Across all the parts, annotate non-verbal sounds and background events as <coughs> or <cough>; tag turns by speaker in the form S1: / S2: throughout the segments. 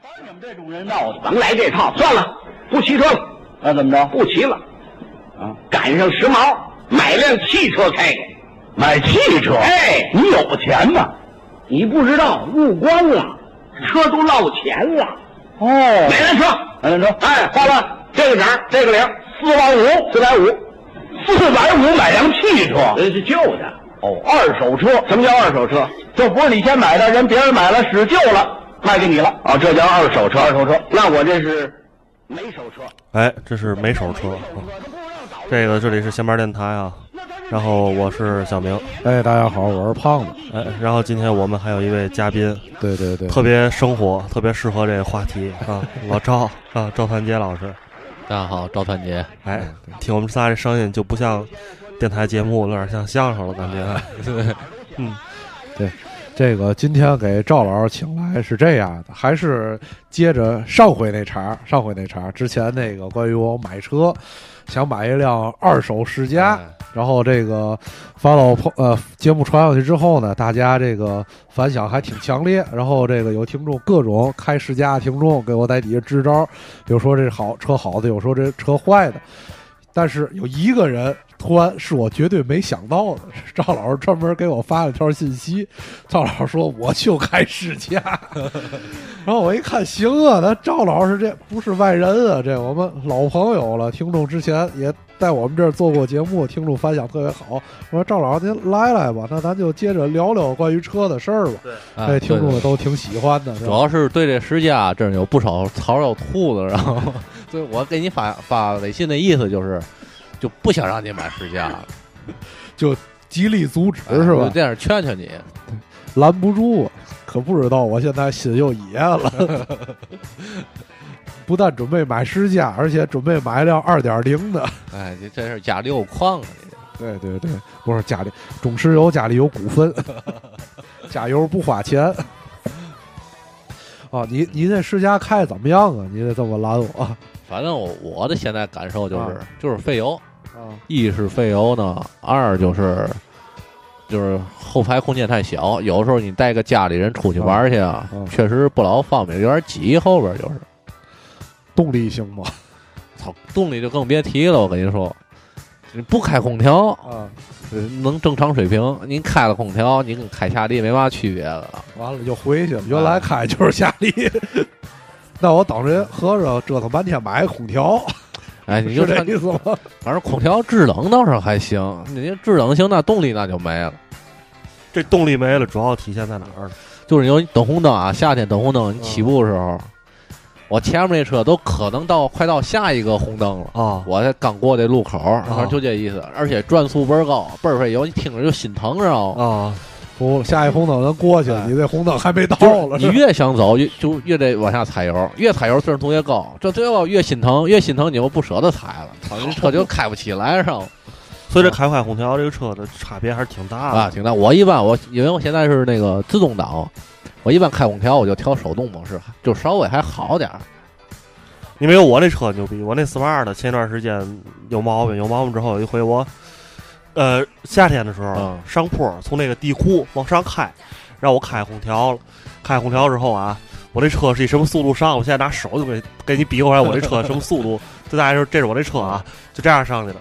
S1: 全是你们这种人闹的，甭来这套，算了，不骑车了。那、怎么着？不骑了。啊，赶上时髦，买辆汽车开开。
S2: 买汽车？
S1: 哎
S2: 你有钱呐？
S1: 你不知道，入关了，车都落钱了。
S2: 哦，
S1: 买辆车，
S2: 买辆车
S1: 哎，花了这个色这个零，
S2: 四万五，
S1: 四百五，
S2: 四百五买辆汽车。
S1: 呃，是旧的。
S2: 哦，二手车，
S1: 什么叫二手车？
S2: 这不是你先买的，人别人买了使旧了，卖给你了。啊
S1: 哦，这叫二手车。
S2: 二手车，
S1: 那我这是没手车。
S3: 哎，这是没手车。嗯这个这里是闲班电台啊，然后我是小明，
S4: 哎，大家好，我是胖子。
S3: 哎，然后今天我们还有一位嘉宾，
S4: 对对对，
S3: 特别生活，特别适合这个话题啊，老赵啊，赵团结老师，
S5: 大家好，赵团结，
S3: 哎，听我们仨这声音就不像电台节目，有点像相声了，感
S5: 啊
S3: 觉。
S4: 这个今天给赵老师请来是这样的，还是接着上回那茬儿，上回那茬儿，之前那个关于我买车，想买一辆二手世家，然后这个发到朋呃节目传上去之后呢，大家这个反响还挺强烈，然后这个有听众各种开世家的听众给我在底下支招，有说这好车好的，有说这车坏的。但是有一个人突然是我绝对没想到的，是赵老师专门给我发了条信息，赵老师说我就开世家， <laughs> 然后我一看，行啊，咱赵老师这不是外人啊，这我们老朋友了，听众之前也在我们这儿做过节目，听众反响特别好。我说赵老师您来来吧，那咱就接着聊聊关于车的事儿吧，
S5: 哎
S4: 这听众
S5: 对
S4: 们
S5: 对
S4: 都挺喜欢的，是
S5: 主
S4: 吧？
S5: 要是对这世家啊这儿有不少槽要吐的，
S4: <laughs>
S5: 然后，所以我给你发发微信的意思就是，就不想让你买世
S4: <laughs>
S5: 家了，
S4: 极力阻止
S5: 哎
S4: 是
S5: 我
S4: 吧
S5: 就？这样劝劝你，
S4: 拦不住啊，可不知道我现在心又野了。 <laughs> 不但准备买试驾，而且准备买一辆二点零的。
S5: 哎，这这是家里有矿啊，你
S4: 对对对，不是家里中石油家里有股 <laughs> 份，加油不花钱。啊，你你这试驾开怎么样啊？你得这么拦我啊！
S5: 反正我我的现在感受就是
S4: 啊
S5: 就是费油，一是费油呢，二就是就是后排空间太小，有时候你带个家里人出去玩儿去啊
S4: 嗯，
S5: 确实不老方便，有点挤，后边就是。
S4: 动力行吗？
S5: 操，动力就更别提了。我跟你说，你不开空调
S4: 啊，
S5: 呃能正常水平，您开了空调，你跟开夏利没嘛区别了。
S4: 完了就回去了。原来开就是夏 <laughs> 利，那我等人合着折腾半天买空调， <laughs>
S5: 哎，你
S4: 是
S5: 就
S4: 这
S5: 看，
S4: 意思吗？
S5: 反正空调制冷倒是还行，你这制冷行，那动力那就没了。
S3: <laughs> 这动力没了，主要体现在哪儿呢？
S5: 就是有你等红灯啊，夏天等红
S4: 嗯
S5: 灯，你起步的时候，我前面那车都可能到快到下一个红灯了。
S3: 啊，
S5: 我才刚过这路口，反
S4: 啊
S5: 正就这意思，而且转速倍儿高，倍儿费油，你听着就心疼，知道吗？
S3: 啊，
S4: 不，下一红灯咱过去了，
S5: 哎
S4: 你这红灯还没到
S5: 就是
S4: 了，
S5: 你越想走，越就越得往下踩油，越踩油转速越高，这最后越心疼，越心疼你又不舍得踩了，操，这车就开不起来上
S3: 所以这开坏空调这个车的差别还是挺大的
S5: 啊！挺大。我一般我因为我现在是那个自动挡，我一般开空调我就调手动模式，就稍微还好点儿。
S3: 你没有我那车牛逼，我那 smart 的前段时间有毛病，有毛病之后有一回我，呃，夏天的时候、
S5: 嗯
S3: 上坡，从那个地库往上开，让我开空调了，开空调之后啊，我这车是以什么速度上？我现在拿手就给给你比划一下我这车什么速度，就大概就是这是我这车啊，就这样上去了，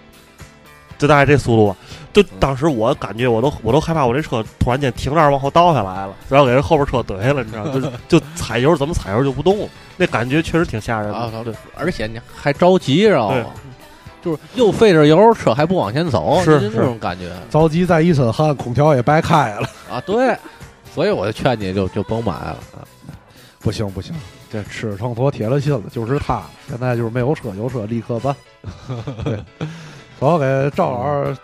S3: 就大概这速度。就当时我感觉我都我都害怕我这车突然间停那儿往后倒下来了，然后给人后边车怼了，你知道吗，就就踩油怎么踩油就不动了，那感觉确实挺吓人的。
S5: 啊，对，而且你还着急，知道
S3: 嗯对
S5: 吗？就是又费着油，车还不往前走，
S3: 是
S5: 就是这种感觉
S4: 着急再一身汗，空调也白开了。
S5: 啊。对，所以我就劝你就就甭买了。
S4: 不行不行，这吃秤砣铁了心了，就是他。现在就是没有车，有车立刻
S5: <laughs>
S4: 办。对，然后给赵老师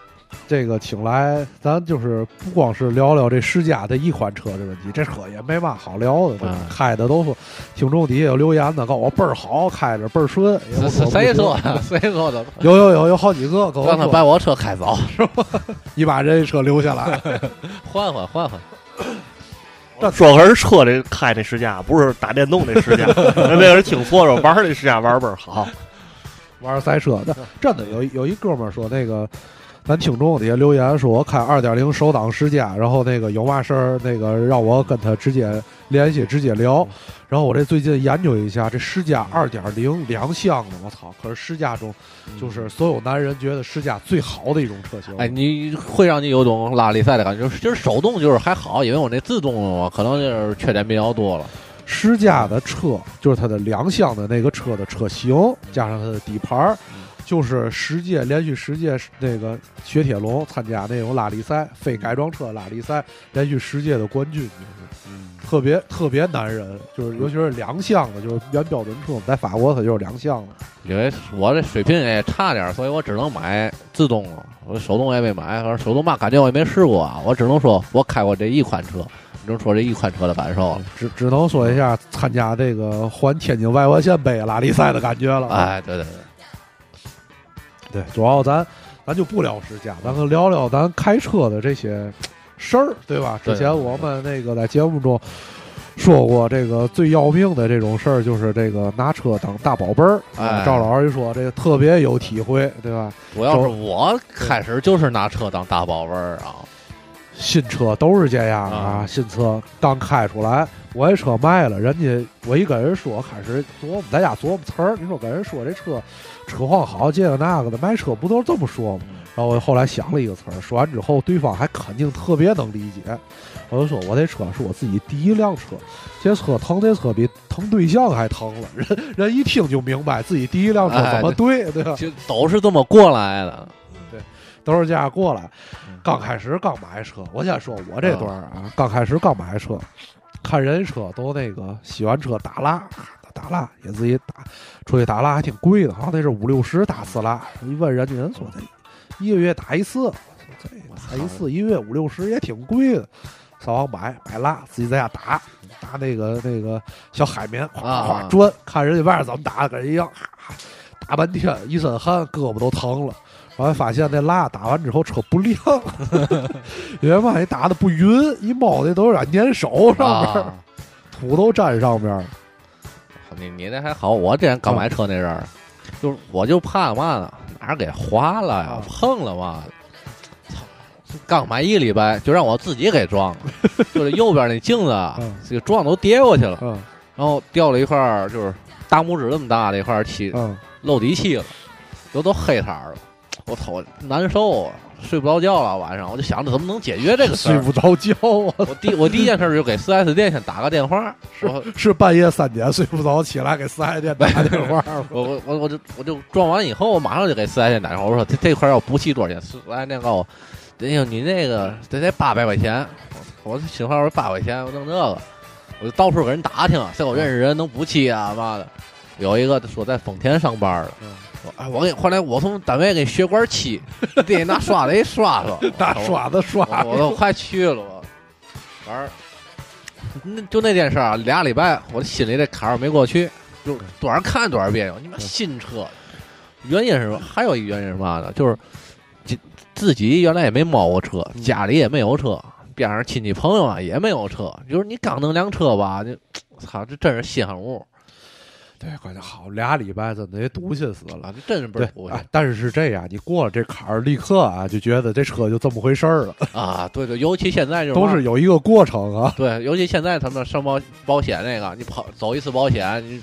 S4: 这个请来，咱就是不光是聊聊这世家的一款车的问题，这车也没嘛好聊的，对吧
S5: 嗯
S4: 开的都是听众底下有留言的，告诉我倍儿好，开着倍儿顺。也不
S5: 是是
S4: 不
S5: 谁说
S4: 不
S5: 的？ <laughs> 谁说的？
S4: 有有有有好几个跟我
S5: 让他
S4: 说，
S5: 把我车开走，
S4: 你把这车留下来。
S5: 换换换换。
S3: 主要还是车这开那试驾，不是打电动那试驾。那个人听错了，玩儿那试驾玩儿倍儿好。
S4: 玩赛车的，真的有一有一哥们儿说那个，咱听众底下留言说，我开二点零手挡试驾，然后那个有嘛事儿，那个让我跟他直接联系，直接聊。然后我这最近研究一下，这试驾二点零两厢的，我操！可是试驾中，就是所有男人觉得试驾最好的一种车型。
S5: 哎，你会让你有种拉力赛的感觉。其实手动就是还好，因为我那自动我可能就是缺点比较多了。
S4: 试驾的车就是它的两厢的那个车的车型，加上它的底盘儿，就是十届连续十届那个雪铁龙参加那种拉力赛，非改装车拉力赛连续十届的冠军，就是特别特别难人，就是尤其是两厢的，就是原标准车，在法国它就是两厢的。
S5: 因为我这水平也差点儿，所以我只能买自动了。我手动也没买，反正手动嘛，感觉我也没试过啊。我只能说，我开过这一款车，只能说这一款车的感受了。
S4: 只只能说一下参加这个环天津外环线杯拉力赛的感觉了。，
S5: 哎，对对对，
S4: 对，主要咱咱就不聊试驾，咱们聊聊咱开车的这些事儿，对吧？
S5: 对
S4: 之前我们那个在节目中说过，这个最要命的这种事儿就是这个拿车当大宝贝儿。
S5: 哎
S4: 赵老师一说，这个特别有体会，对吧？
S5: 我要是我开始就是拿车当大宝贝儿啊，
S4: 新车都是这样啊，
S5: 啊
S4: 新车刚开出来，我这车卖了，人家我一跟人说，开始琢磨，咱家琢磨词儿，你说跟人说这车车况好，这个那个的，卖车不都这么说吗？然后我后来想了一个词儿，说完之后，对方还肯定特别能理解。我就说，我这车是我自己第一辆车，这车疼这车比疼对象还疼了。人人一听就明白自己第一辆车怎么
S5: 哎
S4: 对，对吧？
S5: 就都是这么过来的。
S4: 都是这样过来。
S5: 嗯
S4: 刚开始刚买车，我先说我这段儿啊，刚开始刚买车，看人车都那个洗完车打蜡，打蜡也自己打，出去打蜡还挺贵的，好像那是五六十打次蜡。一问人家人说这一个月打一次，我说这打一次一个月五六十也挺贵的。上网买买蜡，自己在家打，打那个那个小海绵，哗哗哗
S5: 啊
S4: 转，看人家外边怎么打的，跟人一样，哈哈打半天，一身汗，胳膊都疼了。后来发现那蜡打完之后车不亮， <laughs> 因为嘛，你打的不匀，一猫那都有点粘手上面，
S5: 啊，
S4: 土都粘上面了。
S5: 你你那还好，我之前刚买车那阵儿，就是我就怕嘛呢，哪儿给划了呀
S4: 啊，
S5: 碰了嘛，操！刚买一礼拜就让我自己给撞了，就是右边那镜子
S4: <laughs>
S5: 啊
S4: 嗯，
S5: 这个撞都跌过去了， <laughs>
S4: 嗯
S5: 然后掉了一块儿就是大拇指这么大的一块儿漆，
S4: 嗯，
S5: 漏底漆了，都都黑色儿了，我操，我难受啊，睡不着觉了晚上，我就想着怎么能解决这个事
S4: 睡
S5: 儿。
S4: 不着觉啊，
S5: 我第我第一件事就给四 S 店先打个电话，我
S4: 是半夜三点睡不着，起来给四 S 店打电话吗
S5: <laughs> 我我我我就我就撞完以后，我马上就给四 S 店打电话，我说这这块要补漆多少钱？四 S 店告诉我，哎呦你那个得得八百块钱，我我就心话我说八百块钱我弄这个，我就到处给人打听，啊现在我认识人能补漆啊妈的，有一个说在丰田上班的，
S4: 嗯
S5: 我哎我给后来我从单位给血管
S4: <laughs>
S5: 漆，得拿刷子一刷刷，
S4: 拿刷子刷
S5: <laughs> 我我都快去了，我玩儿，那就那件事儿啊，俩礼拜我心里这坎儿没过去，就多少看多少别扭。你妈新车，原因是什么？还有一原因是嘛呢？就是自自己原来也没摸过车，家里也没有车，边上亲戚朋友啊也没有车，就是你刚弄辆车吧，就操，这真是稀罕物
S4: 对，关键好俩礼拜真的也堵心死了。
S5: 啊，这真是不
S4: 对
S5: 是不，
S4: 哎，但是是这样，你过了这坎儿，立刻啊就觉得这车就这么回事儿了，
S5: 啊，对对，尤其现在就是
S4: 都
S5: 嘛
S4: 是有一个过程啊。
S5: <laughs> 对，尤其现在他们上保保险那个，你跑走一次保险，你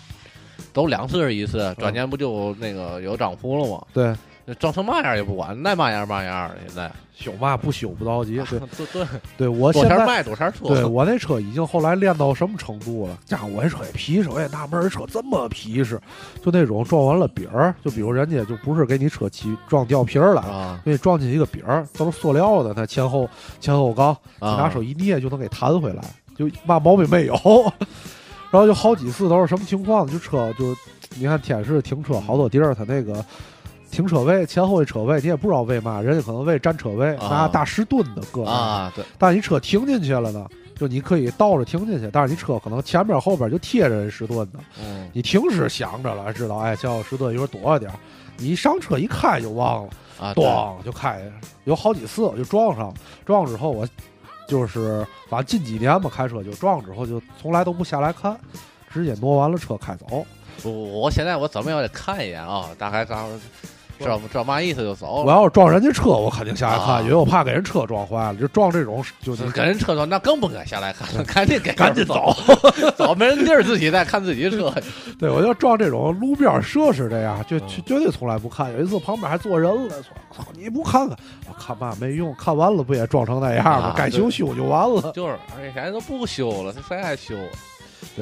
S5: 走两次是一次，
S4: 嗯
S5: 转年不就那个有涨幅了吗？
S4: 对，
S5: 那涨成嘛样也不管，那嘛样嘛样了。现在
S4: <laughs> 朽嘛不朽不着急，对
S5: <laughs> 对对，
S4: 对，我
S5: 多
S4: 现
S5: 钱
S4: 在
S5: 卖多钱出。
S4: 对我那车已经后来练到什么程度了？家伙我这车也皮实，我也纳闷儿，车这么皮实，就那种撞完了饼儿，就比如人家就不是给你车漆撞掉皮儿了，
S5: 啊
S4: 给你撞进一个饼儿，都是塑料的，它前后前后缸，你
S5: 啊！
S4: 拿手一捏就能给弹回来，就嘛毛病没有。 <laughs> 然后就好几次都是什么情况？就车就你看天市停车好多地儿，它那个停车位前后的车位你也不知道为嘛，人家可能为占车位，
S5: 啊
S4: 拿大石墩的搁那儿
S5: 啊，对，
S4: 但是你车停进去了呢，就你可以倒着停进去，但是你车可能前边后边就贴着人石墩子，
S5: 嗯，
S4: 你停时想着了，知道哎，前有石墩，一会儿躲着点儿你一上车一开就忘了，
S5: 啊，对
S4: 咣就开，有好几次我就撞上了，撞上之后我就是反正近几年吧，开车就撞之后就从来都不下来看，直接挪完了车开走。
S5: 我我现在我怎么也得看一眼啊，大概咱们知道知道嘛意思就走
S4: 我
S5: 了。
S4: 要是撞人家车，我肯定下来
S5: 啊
S4: 看，因为我怕给人车撞坏了。就撞这种，就
S5: <laughs> 就是给人车撞，那更不敢下
S4: <laughs>
S5: 来看了，赶紧给
S4: 赶紧
S5: 走，走没人地儿，自己再看自己的车。
S4: 对我就撞这种路边设施这样，就
S5: 嗯
S4: 绝绝对从来不看。有一次旁边还坐人了，说：“操，你不看看，我看嘛没用，看完了不也撞成那样吗
S5: 啊？
S4: 该修
S5: 对
S4: 修就完了。
S5: 就是，而且现在都不修了，谁还修啊？”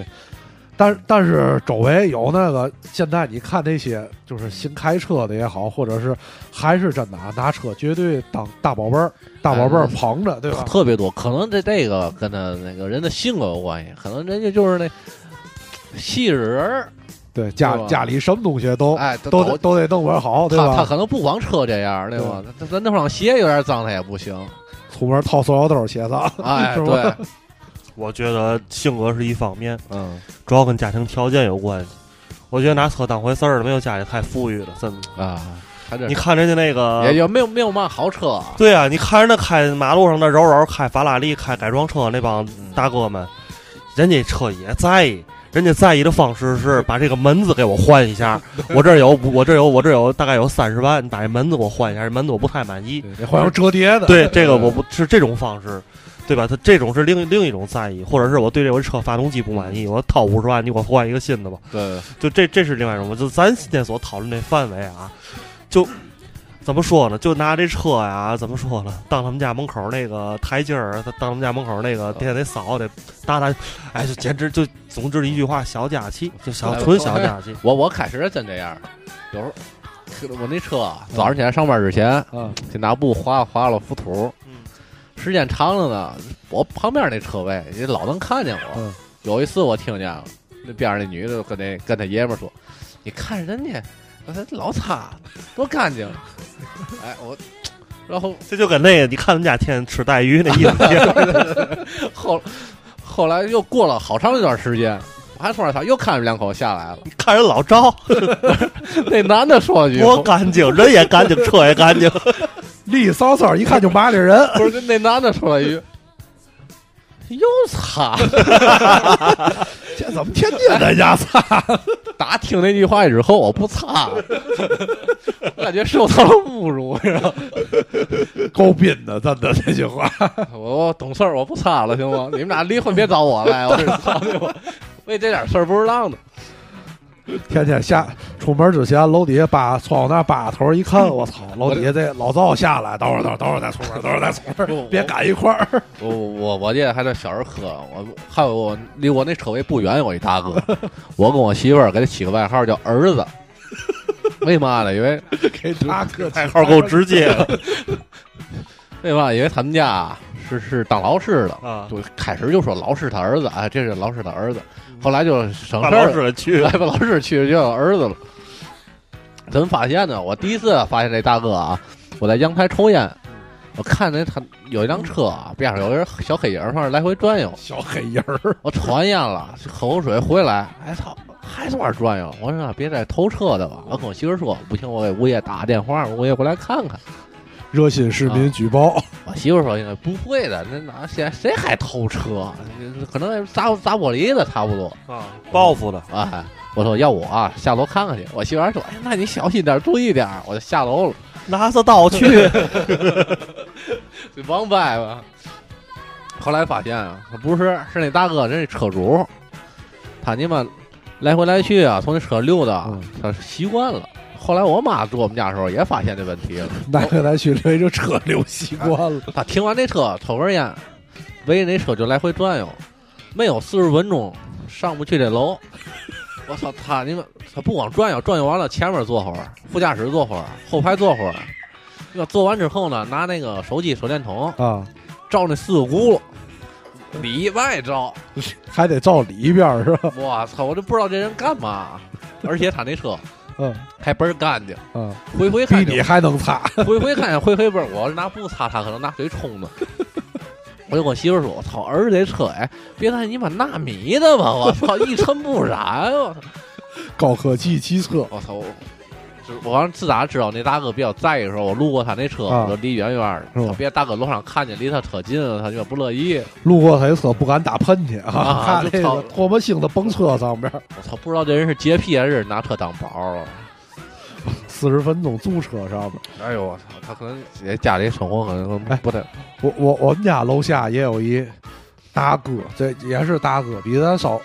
S4: 但但是周围有那个，现在你看那些就是新开车的也好，或者是还是真的啊，拿车绝对当大宝贝儿，大宝贝儿
S5: 哎
S4: 捧着，对吧？
S5: 特别多，可能这这个跟他那个人的性格有关系，可能人家就是那细人儿，
S4: 对，家
S5: 对吧
S4: 家里什么东西都
S5: 哎，
S4: 哦都得都得弄玩好，对
S5: 他他
S4: 吧？
S5: 可能不光车这样，对吧？咱咱那双鞋有点脏，他也
S4: <laughs>
S5: 不行，
S4: 出门掏塑料兜儿鞋子，啊
S5: 哎，
S4: 是吧
S5: 对，
S4: <laughs>
S3: 我觉得性格是一方面，
S5: 嗯
S3: 主要跟家庭条件有关系。我觉得拿车当回事儿了，没有家里太富裕了，真的。
S5: 啊，他这
S3: 你看人家那个，
S5: 也也没有没有嘛好车啊，
S3: 对啊，你看人家开马路上那柔柔开法拉利、开改装车那帮大哥们，人家车也在意，人家在意的方式是把这个门子给我换一下。我这儿有，我这儿有，我这儿有大概有三十万，你把这门子给我换一下，这门子我不太满意。
S4: 得换成折叠的。 <laughs>
S3: 对，这个我不是这种方式，对吧？他这种是另另一种在意，或者是我对这回车发动机不满意，我掏五十万，你给我换一个新的吧。
S5: 对，
S3: 就这这是另外一种，就咱今天所讨论这范围啊，就怎么说呢？就拿这车呀、怎么说呢？当他们家门口那个台阶儿，当他们家门口那个店得扫得搭搭，哎，就简直就总之一句话，小家气，就小
S5: 哎
S3: 纯小家气。
S5: 我我开始真这样，有时候。我那车啊早上起来上班之前，
S4: 嗯，
S5: 就拿布划划了浮土，
S3: 嗯
S5: 时间长了呢，我旁边那车位也老能看见我。
S4: 嗯
S5: 有一次我听见了那边上那女的跟那跟他爷们儿说：“你看人家，他老擦，多干净。”哎，我，然后
S3: 这就跟那个你看他们家天天吃带鱼那意思一样。
S5: 后后来又过了好长一段时间，我还突然操，又看了两口下来了。 <laughs>
S3: 看人老赵
S5: 那男的说了句：“
S3: 多干净，人也干净，车也干净。
S4: 利骚骚一看就麻利人，
S5: 不是那那男的说了一句。”又擦！
S4: 这怎么天天在家擦？
S5: 打听那句话之后，我不擦， <laughs> 我感觉受到了侮辱，你
S4: <laughs>
S5: 知道吗
S4: 够斌的，真的这句话。
S5: 我我懂事儿，我不擦了，行 <laughs> 吗？你们俩离婚别找我来，我是操你妈！为这点事儿不是浪的，
S4: 天天下出门之前，楼底下扒窗户那扒头一看，我操，楼底下这老赵下来，等会儿等会儿等会儿再出门，等会儿再出门，别赶一块儿。
S5: 我我我记得还在小时候磕，我还有我离我那车位不远有一大哥， <laughs> 我跟我媳妇儿给他起个外号叫儿子，为嘛呢？因为
S4: <laughs> 给他哥
S3: 外号够直接
S5: <laughs>
S3: 的
S5: 为嘛？因为他们家是是当老师的，
S3: 啊！
S5: 就开始就说老师他儿子，哎，这是老师他儿子，后来就省
S3: 把
S5: 事儿
S3: 老
S5: 了
S3: 师给去
S5: 来吧，老师去叫儿子了。怎么发现呢？我第一次发现这大哥啊，我在阳台抽烟，我看见他有一辆车啊，边上有一人小黑影儿往那来回转悠。
S4: 小黑人儿，
S5: 我抽完烟了，喝口水回来，哎操，还在那儿转悠。我说啊别再偷车的吧。我跟我媳妇儿说，不行，我给物业打个电话，物业过来看看。
S4: 热心市民举报，
S5: 我媳妇儿说应该不会的，那哪现在谁还偷车？啊可能砸砸玻璃了，差不多。
S3: 啊，报复的。
S5: 哎，我说要我啊，下楼看看去。我媳妇儿还说，哎，那你小心点儿，注意点儿。我就下楼了，
S3: 拿着刀 <laughs> 去，
S5: 这王八吧。后来发现啊，不是，是那大哥，人家车主，他尼玛来回来去啊，从那车溜达
S4: 嗯，
S5: 他习惯了。后来我妈住我们家的时候也发现这问题了，
S4: 来回来去追着车流习惯了。
S5: 他停完那车抽根烟，围着那车就来回转悠，没有四十分钟上不去这楼。 <laughs> 我操他你们！他不光转悠，转悠完了前面坐会儿，副驾驶坐会儿，后排坐会儿。要坐完之后呢，拿那个手机手电筒
S4: 啊，
S5: 照那四个轱辘，里外照。
S4: 还得照里边儿是吧？
S5: 我操！我就不知道这人干嘛。而且他那车
S4: 嗯
S5: 还倍儿干净，
S4: 嗯，
S5: 回回
S4: 比
S5: 看就
S4: 你还能擦。 <laughs>
S5: 回回看见回回不是，我要是拿布擦擦，可能拿水冲的。我就跟我媳妇儿说：“我操，儿子这车哎，别看你妈纳米的吧，我操，一尘不染。我操，
S4: 高科技机车，
S5: 我操，我就是我完自打知道那大哥比较在意的时候，我路过他那车，
S4: 啊
S5: 我就离远远
S4: 是
S5: 的，
S4: 吧
S5: 我别大哥楼上看见离他车近了，他就不乐意。
S4: 路过黑车不敢打喷嚏 <laughs>
S5: 啊
S4: 啊，看
S5: 就
S4: 那
S5: 操
S4: 个唾沫星子崩车上边儿，
S5: 啊我操，不知道这人是洁癖还是拿车当宝儿了。
S4: 四十分钟租车上面。
S5: 哎呦我操，他可能也家里生活可能
S4: 哎
S5: 不太
S4: 我我我们家楼下也有一大哥，这也是大哥，比咱稍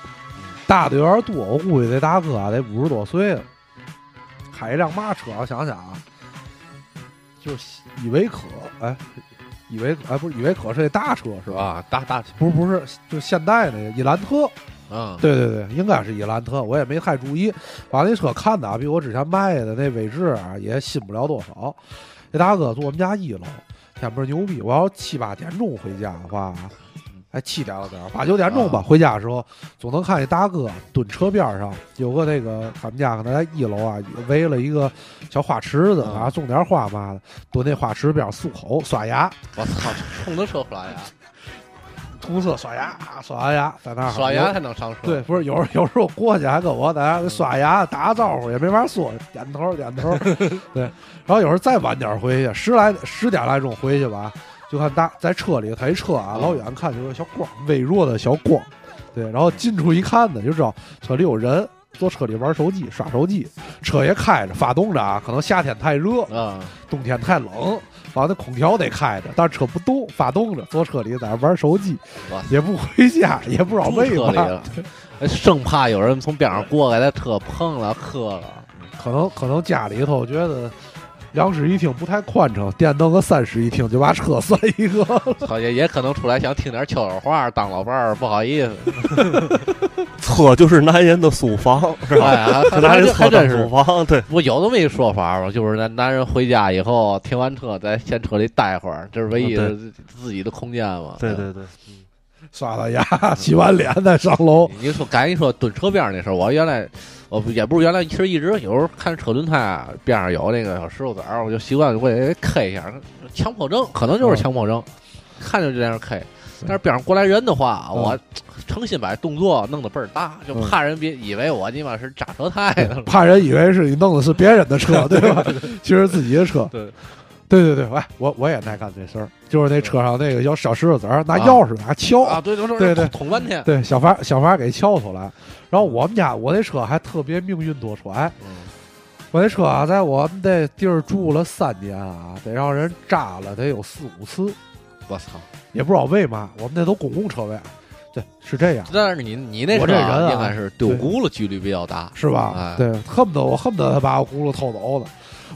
S4: 大的有点多。我估计这大哥啊得五十多岁了，开一辆嘛车？我想想啊，就是依维柯，哎，依维柯，哎，不是依维柯是那大车是
S5: 是
S4: 吧？
S5: 吧？大大
S4: 不是不是，就现代那个伊兰特，
S5: 嗯，
S4: 对对对，应该是伊兰特，我也没太注意。把那车看的啊，比我之前卖的那位置啊也新不了多少。那大哥住我们家一楼，天不是牛逼，我要七八点钟回家的话，
S5: 嗯
S4: 哎，七点了点儿，八九点钟吧，
S5: 啊
S4: 回家的时候总能看见大哥蹲车边儿上有个那个他们家可能在一楼啊围了一个小花池子
S5: 嗯
S4: 啊，种点花嘛的，蹲那花池边儿漱口刷牙，
S5: 我操，冲着车刷牙，
S4: 涂色刷牙，刷完牙在那儿
S5: 刷牙才能上车。
S4: 啊对，，不是有时候有时候过去还跟我在那刷牙打个招呼，也没法说，点头点
S5: <laughs>
S4: 头。对，然后有时候再晚点回去，十来十点来钟回去吧，就看大在车里，他一车啊，老远看就是小光，微弱的小光。对，然后近处一看呢，就知道车里有人坐车里玩手机耍手机，车也开着发动着啊，可能夏天太热，
S5: 啊，
S4: 冬天太冷，完了空调得开着，但是车不动，发动着，坐车里在那玩手机
S5: 哇，
S4: 也不回家，也不知道
S5: 住
S4: 为
S5: 车里
S4: 嘛。
S5: 了，
S3: <laughs>
S5: 生怕有人从边上过，给他车碰了、磕了。
S4: 可能可能家里头觉得两室一厅不太宽敞，电弄个三室一厅就把车 <laughs> 算一个了。
S5: 操，也也可能出来想听点悄悄话，当老伴儿不好意思。
S3: 厕就是男人的宿房， <laughs> <laughs> 是吧？
S5: 哎，还
S3: 拿
S5: 还
S3: 这
S5: 真还
S3: 厕当
S5: 真是
S3: 宿。房，对，
S5: 不有这么一说法吗？就是男男人回家以后停完车，在先车里待会儿，这是唯一的自己的空间嘛。
S3: 啊
S5: 哎
S3: 对对对，
S5: 嗯
S4: 刷刷牙，洗完脸再上楼。
S5: <laughs> 你说，赶紧说蹲车边儿那事儿，我原来我不也不是原来，其实一直有时候看车轮胎啊边上有那个小石头子儿，我就习惯我也 K 一下，强迫症可能
S4: 嗯
S5: 就是强迫症，看着就在那儿 K。但是边上过来人的话，
S4: 嗯
S5: 我诚心把动作弄得倍儿大，就怕人别以为我你妈是扎车胎呢。
S4: 哎怕人以为是你弄的是别人的车，对吧？其实自己的车。
S5: 对
S4: 对对对，哎，我我也爱干这事儿，就是那车上那个小小石头子儿拿
S5: 啊
S4: 钥匙拿敲，
S5: <laughs> 啊，对对
S4: 对对
S5: 捅半天。
S4: 对，小法小法给撬出来。然后我们家我那车还特别命运多舛，我那车啊，在我们这地儿住了三年啊，得让人扎了得有四五次。
S5: 我操！
S4: 也不知道为嘛，我们那都公共车位，对，是这样，
S5: 但是你你那
S4: 我
S5: 车
S4: 这人啊
S5: 应该是丢轱辘几率比较大。
S4: 是吧
S5: 哎？
S4: 对，恨不得我恨不得他把我轱辘偷走呢。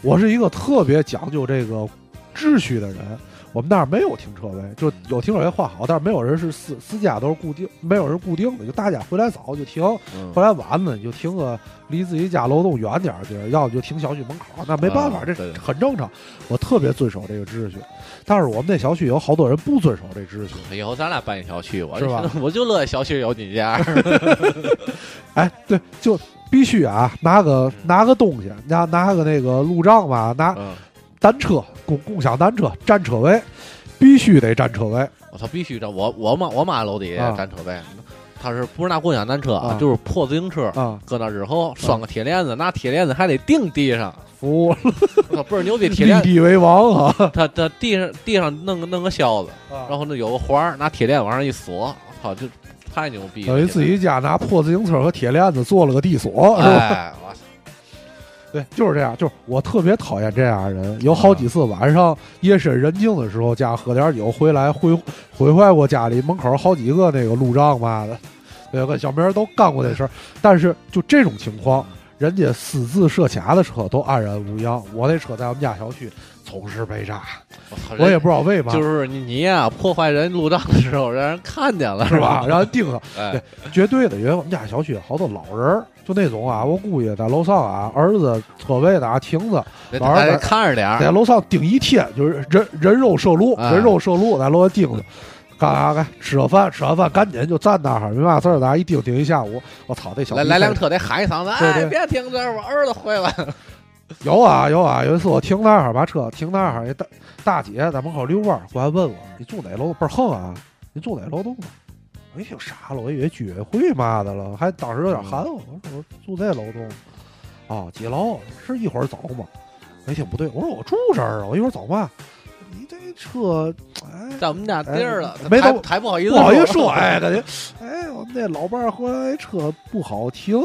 S4: 我是一个特别讲究这个秩序的人，我们那儿没有停车位，就有停车位划好，但是没有人是私私家都是固定，没有人固定的，就大家回来早就停，
S5: 嗯
S4: 回来晚呢你就停个离自己家楼栋远点儿的地儿，要不就停小区门口儿，那没办法，
S5: 啊
S4: 这
S5: 对
S4: 很正常。我特别遵守这个秩序，但是我们那小区有好多人不遵守这秩序。
S5: 以后咱俩搬一小区，我
S4: 是吧？
S5: 我就乐意小区有
S4: <laughs>
S5: 你家。
S4: 哎，对，就必须啊，拿个拿个东西，拿拿个那个路障吧，拿
S5: 嗯，
S4: 单车共共享单车占车位，必须得占车位。
S5: 我操，必须的！我我妈我妈楼底下
S4: 啊
S5: 占车位，她是不是拿共享单车
S4: 啊
S5: 就是破自行车。
S4: 啊，
S5: 搁那之后拴个铁链子，拿铁链子还得钉地上，
S4: 服了，
S5: 我操，倍儿牛逼！哦铁
S4: 立
S5: 链，
S4: 地啊为王啊！
S5: 他他地上地上弄个弄个销子，啊然后那有个环儿，拿铁链往上一锁，我操，就太牛逼了！
S4: 等于自己家拿破自行车和铁链子做了个地锁，是吧？
S5: 哎，我操，
S4: 对，就是这样。就是我特别讨厌这样的人。有好几次晚上夜深人静的时候，家喝点酒回来，毁毁坏过家里门口好几个那个路障嘛的。对，跟小明儿都干过这事儿。但是就这种情况，人家私自设卡的车都安然无恙，我那车在我们家小区总是被炸，
S5: 我操，
S4: 我也
S5: 人
S4: 不知道为嘛，
S5: 就是 <laughs> 你你呀、破坏人路障的时候，让人看见了，
S4: <laughs> 是吧？？让人盯上，
S5: 哎
S4: 对，绝对的，因为我们家小区好多老人儿，就那种啊，我估计在楼上啊，儿子车位的啊，停着。
S5: 得
S4: 老二
S5: 得
S4: 在
S5: 看着点
S4: 在
S5: 儿。
S4: 楼上顶一天，就是人人肉摄录，
S5: 哎
S4: 人肉摄录在楼上盯着。干啥干？吃完饭，吃完饭赶紧就站那儿，没嘛事儿，咱一盯盯一下午。我操，这小
S5: 来
S4: 逼
S5: 来
S4: 太
S5: 辆车得喊一嗓子，
S4: 对
S5: 哎，
S4: 对
S5: 别停这儿，我儿子回来了。
S4: 有啊有啊！有一次我停那儿，把车停那儿，一大大姐在门口遛弯儿，过来问我：“你住哪楼？”倍儿横啊！你住哪楼栋啊？我一听傻了，我以为居委会嘛的了，还当时有点含糊，我说我住这楼栋。啊，几楼？是一会儿走吗？我一听不对，我说我住这儿啊，我一会儿走嘛。你这车，哎，
S5: 在我们家地儿了
S4: 哎，没
S5: 还
S4: 懂
S5: 还不好意思， <laughs>
S4: 不好意思说，哎，感觉，哎，我们那老伴儿回来车不好停，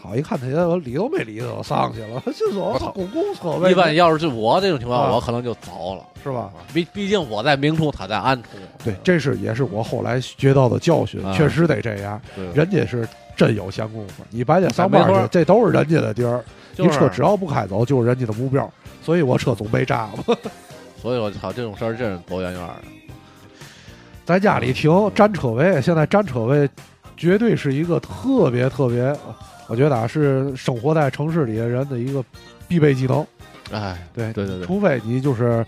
S4: 好一看他我理都没理他，我上去了，就走，公共所谓
S5: 一般要是就我这种情况，
S4: 啊
S5: 我可能就走了，
S4: 是吧？
S5: 毕毕竟我在明处，他在暗处。
S4: 对，这是也是我后来学到的教训，
S5: 啊
S4: 确实得这样。
S5: 对
S4: 人家是真有闲工夫，你白天上
S5: 哎
S4: 班
S5: 没错
S4: 去，这都是人家的地儿，
S5: 就
S4: 你
S5: 是
S4: 车只要不开走，就是人家的目标，所以我车总被炸嘛。
S5: 所以我操，这种事儿真是躲远远的。
S4: 在家里停占车位，现在占车位绝对是一个特别特别，我觉得啊是生活在城市里的人的一个必备技能。
S5: 哎，
S4: 对
S5: 对对对，
S4: 除非你就是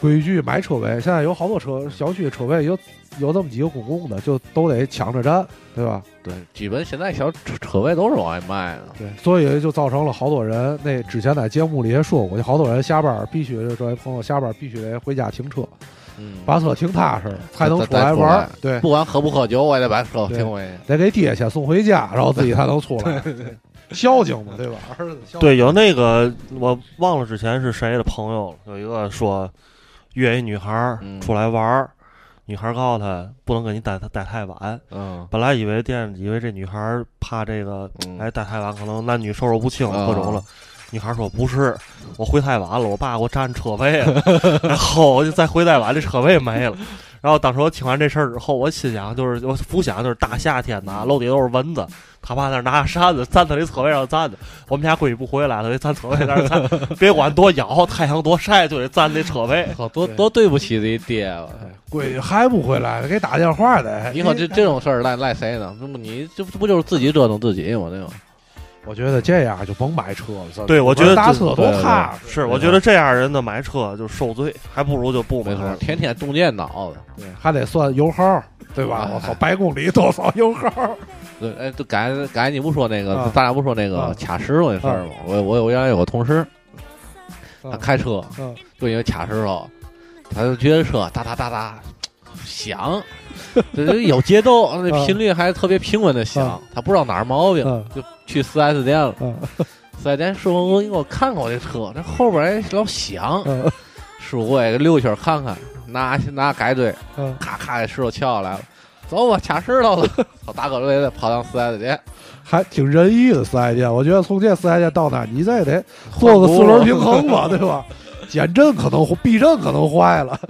S4: 规矩买车位，现在有好多车小区车位有有这么几个公共的，就都得抢着占，对吧？
S5: 对，基本现在小车车位都是往外卖的。
S4: 对，所以就造成了好多人，那之前在节目里也说过，就好多人下班儿必须，这位朋友下班儿必须得回家停车，
S5: 嗯，
S4: 把车停踏实了，才能
S5: 再
S4: 出来
S5: 再出
S4: 玩
S5: 来
S4: 儿。对，
S5: 不管喝不喝酒，我也得把车
S4: 对
S5: 停回去。
S4: 得给爹先送回家，然后自己才能出来。 <laughs> 对孝敬嘛，对吧？ <laughs> 儿子孝敬。
S3: 对，有那个我忘了之前是谁的朋友了，有一个说约一女孩儿
S5: 嗯
S3: 出来玩儿，女孩儿告诉他不能跟你待待太晚。
S5: 嗯
S3: 本来以为店以为这女孩儿怕这个，
S5: 嗯，
S3: 哎，待太晚可能男女授受不亲
S5: 啊
S3: 各种了。女孩儿说不是，我回太晚了，我爸给我占车位了，
S5: <laughs>
S3: 然后我就再回太晚，这车位没了。然后当时我听完这事儿之后，我心想就是我浮想就是大夏天的啊，楼底都是蚊子，他爸那儿拿扇子站在那车位上站着，我们家闺女不回来了，得站车位那
S5: <laughs>
S3: 儿站，别管多咬，太阳多晒就得站那车
S5: <laughs>
S3: 位。
S5: 好多
S4: 对
S5: 多对不起自己爹啊。
S4: 闺女还不回来，给打电话得。
S5: 以后这这种事儿赖赖谁呢？这不你这不就是自己折腾自己吗？这种
S4: 我觉得这样就甭买车了。
S3: 对我觉得
S4: 打
S3: 这
S4: 车多
S5: 对对
S4: 踏实。
S3: 是，我觉得这样人的买车就受罪，还不如就不买
S5: 没错
S3: 了，。
S5: 天天中间脑子。
S4: 对，还得算油耗，对吧？我操，百公里多少油耗？
S5: 对，哎，就刚才刚才你不说那个，
S4: 啊
S5: 咱俩不说那个、
S4: 啊
S5: 卡石头那事儿吗？我我我原来有个同事，他
S4: 啊
S5: 开车、
S4: 嗯
S5: 就因为卡石头，他就觉得车哒哒哒哒响，就是有
S4: <laughs>
S5: 节奏，那
S4: 啊
S5: 频率还特别平稳的响，
S4: 啊
S5: 他不知道哪儿毛病，
S4: 嗯
S5: 就去四 S 店了。
S4: 嗯
S5: 四 S 店师傅，你给我看看我这车，这后边儿还哎老响，
S4: 嗯
S5: 师傅我也溜一圈看看，拿拿改锥，
S4: 嗯，
S5: 咔咔给石头撬下来了。走吧， <laughs> 卡石头了！操，大哥累得跑趟四 S 店，
S4: 还挺仁义的四 S 店。我觉得从这四 S 店到那儿，你再得做个四轮平衡吧，对吧？减震可能避震可能坏了，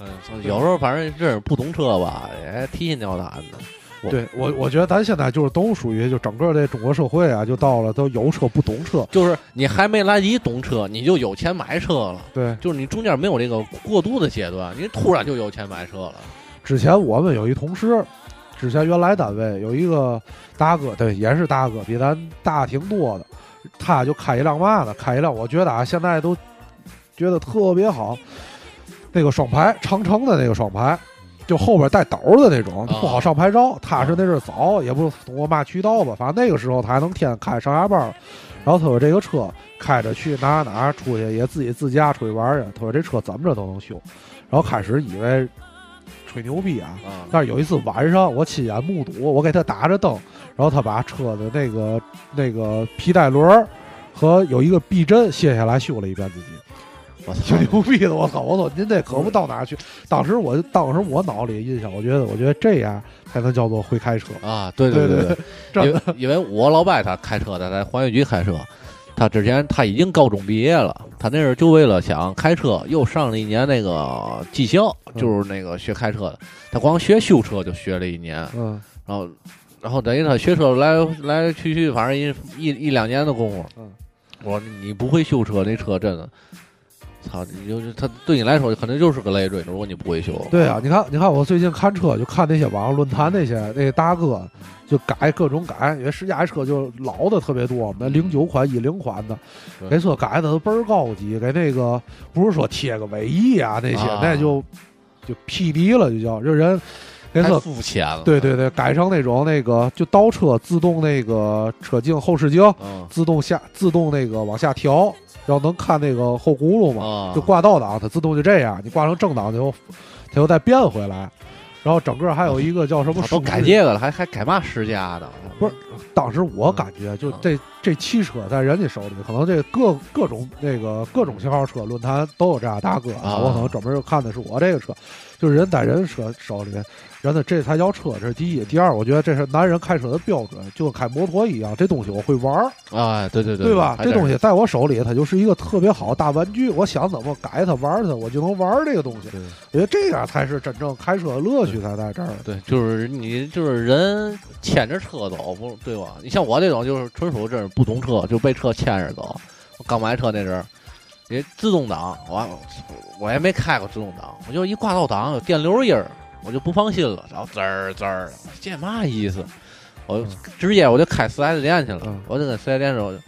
S5: 嗯，有时候反正真是不懂车吧，也提心吊胆的。我
S4: 对我我觉得咱现在就是都属于就整个这中国社会啊，就到了都有车不懂车，
S5: 就是你还没来得及懂车，你就有钱买车了。
S4: 对，
S5: 就是你中间没有这个过渡的阶段，你突然就有钱买车了。
S4: 之前我们有一同事，之前原来单位有一个大哥，对，也是大哥，比咱大挺多的。他就开一辆嘛呢？开一辆，我觉得啊，现在都觉得特别好，那个双排，长城的那个双排，就后边带斗的那种，
S5: 啊
S4: 不好上牌照。他是那阵儿早，也不懂我嘛渠道吧，反正那个时候他还能天天开上下班儿。然后他说这个车开着去哪哪哪出去，也自己自驾出去玩儿去。他说这车怎么着都能修。然后开始以为吹牛逼啊， <laughs>
S5: 啊，
S4: 但是有一次晚上，我亲眼目睹，我给他打着灯，然后他把车的那个那个皮带轮儿和有一个避震卸下来修了一遍自己，
S5: 我操
S4: 挺！牛逼的！我操！我操！您这可不到哪儿去。当时我当时我脑里印象，我觉得我觉得这样才能叫做会开车。
S5: 啊，对对
S4: 对
S5: 对，
S4: 真
S5: 因为因为我老伯他开车的，在环卫局开车，他之前他已经高中毕业了，他那时候就为了想开车，又上了一年那个技校，
S4: 嗯
S5: 就是那个学开车的，他光学修车就学了一年，
S4: 嗯
S5: 然后然后等于他学车来来去去，反正一一一两年的功夫，
S4: 嗯，
S5: 我说你不会修车，那车真的。操，你就是他对你来说可能就是个累赘。如果你不会修，
S4: 对啊，你看，你看，我最近看车就看那些网上论坛那些那大哥，就改各种改，因为试驾车就老的特别多，那零九款、一零款的，
S5: 对
S4: 给车改的都倍儿高级，给那个不是说贴个尾翼啊那些，
S5: 啊
S4: 那就就匹敌了，就叫就人给
S5: 太
S4: 车
S5: 肤浅了。
S4: 对对对改成那种那个就倒车自动那个车镜后视镜
S5: 嗯，
S4: 自动下自动那个往下调，然后能看那个后轱辘嘛，
S5: 啊，
S4: 就挂倒档，它自动就这样，你挂成正档，它又它又再变回来，然后整个还有一个叫什么
S5: 啊都
S4: 舒适
S5: 改这个了，还还改嘛世家的？
S4: 不是当时我感
S5: 嗯
S4: 觉，就这这七车在人家手里，可能这各各种那个各种型号车论坛都有这样大哥
S5: 啊
S4: 我可能专门就看的是我这个车，就是人在人车手里，人的这才叫车，这是第一。第二，我觉得这是男人开车的标准，就跟开摩托一样，这东西我会玩儿，
S5: 啊，对对对
S4: 对吧？这东
S5: 西
S4: 西在我手里，它就是一个特别好的大玩具，我想怎么改它、玩儿它，我就能玩儿这个东西。我觉得这样才是真正开车的乐趣才在这儿。
S5: 对，就是你就是人牵着车走，不对吧？你像我这种就是纯属真是不懂车，就被车牵着走。我刚买车那阵儿，也自动挡，我我也没开过自动挡，我就一挂倒档有电流音儿，我就不放心了，然后滋儿滋儿，我说这嘛意思？我就直接我就开四 S 店去了，
S4: 嗯
S5: 我就跟四 S 店说，我就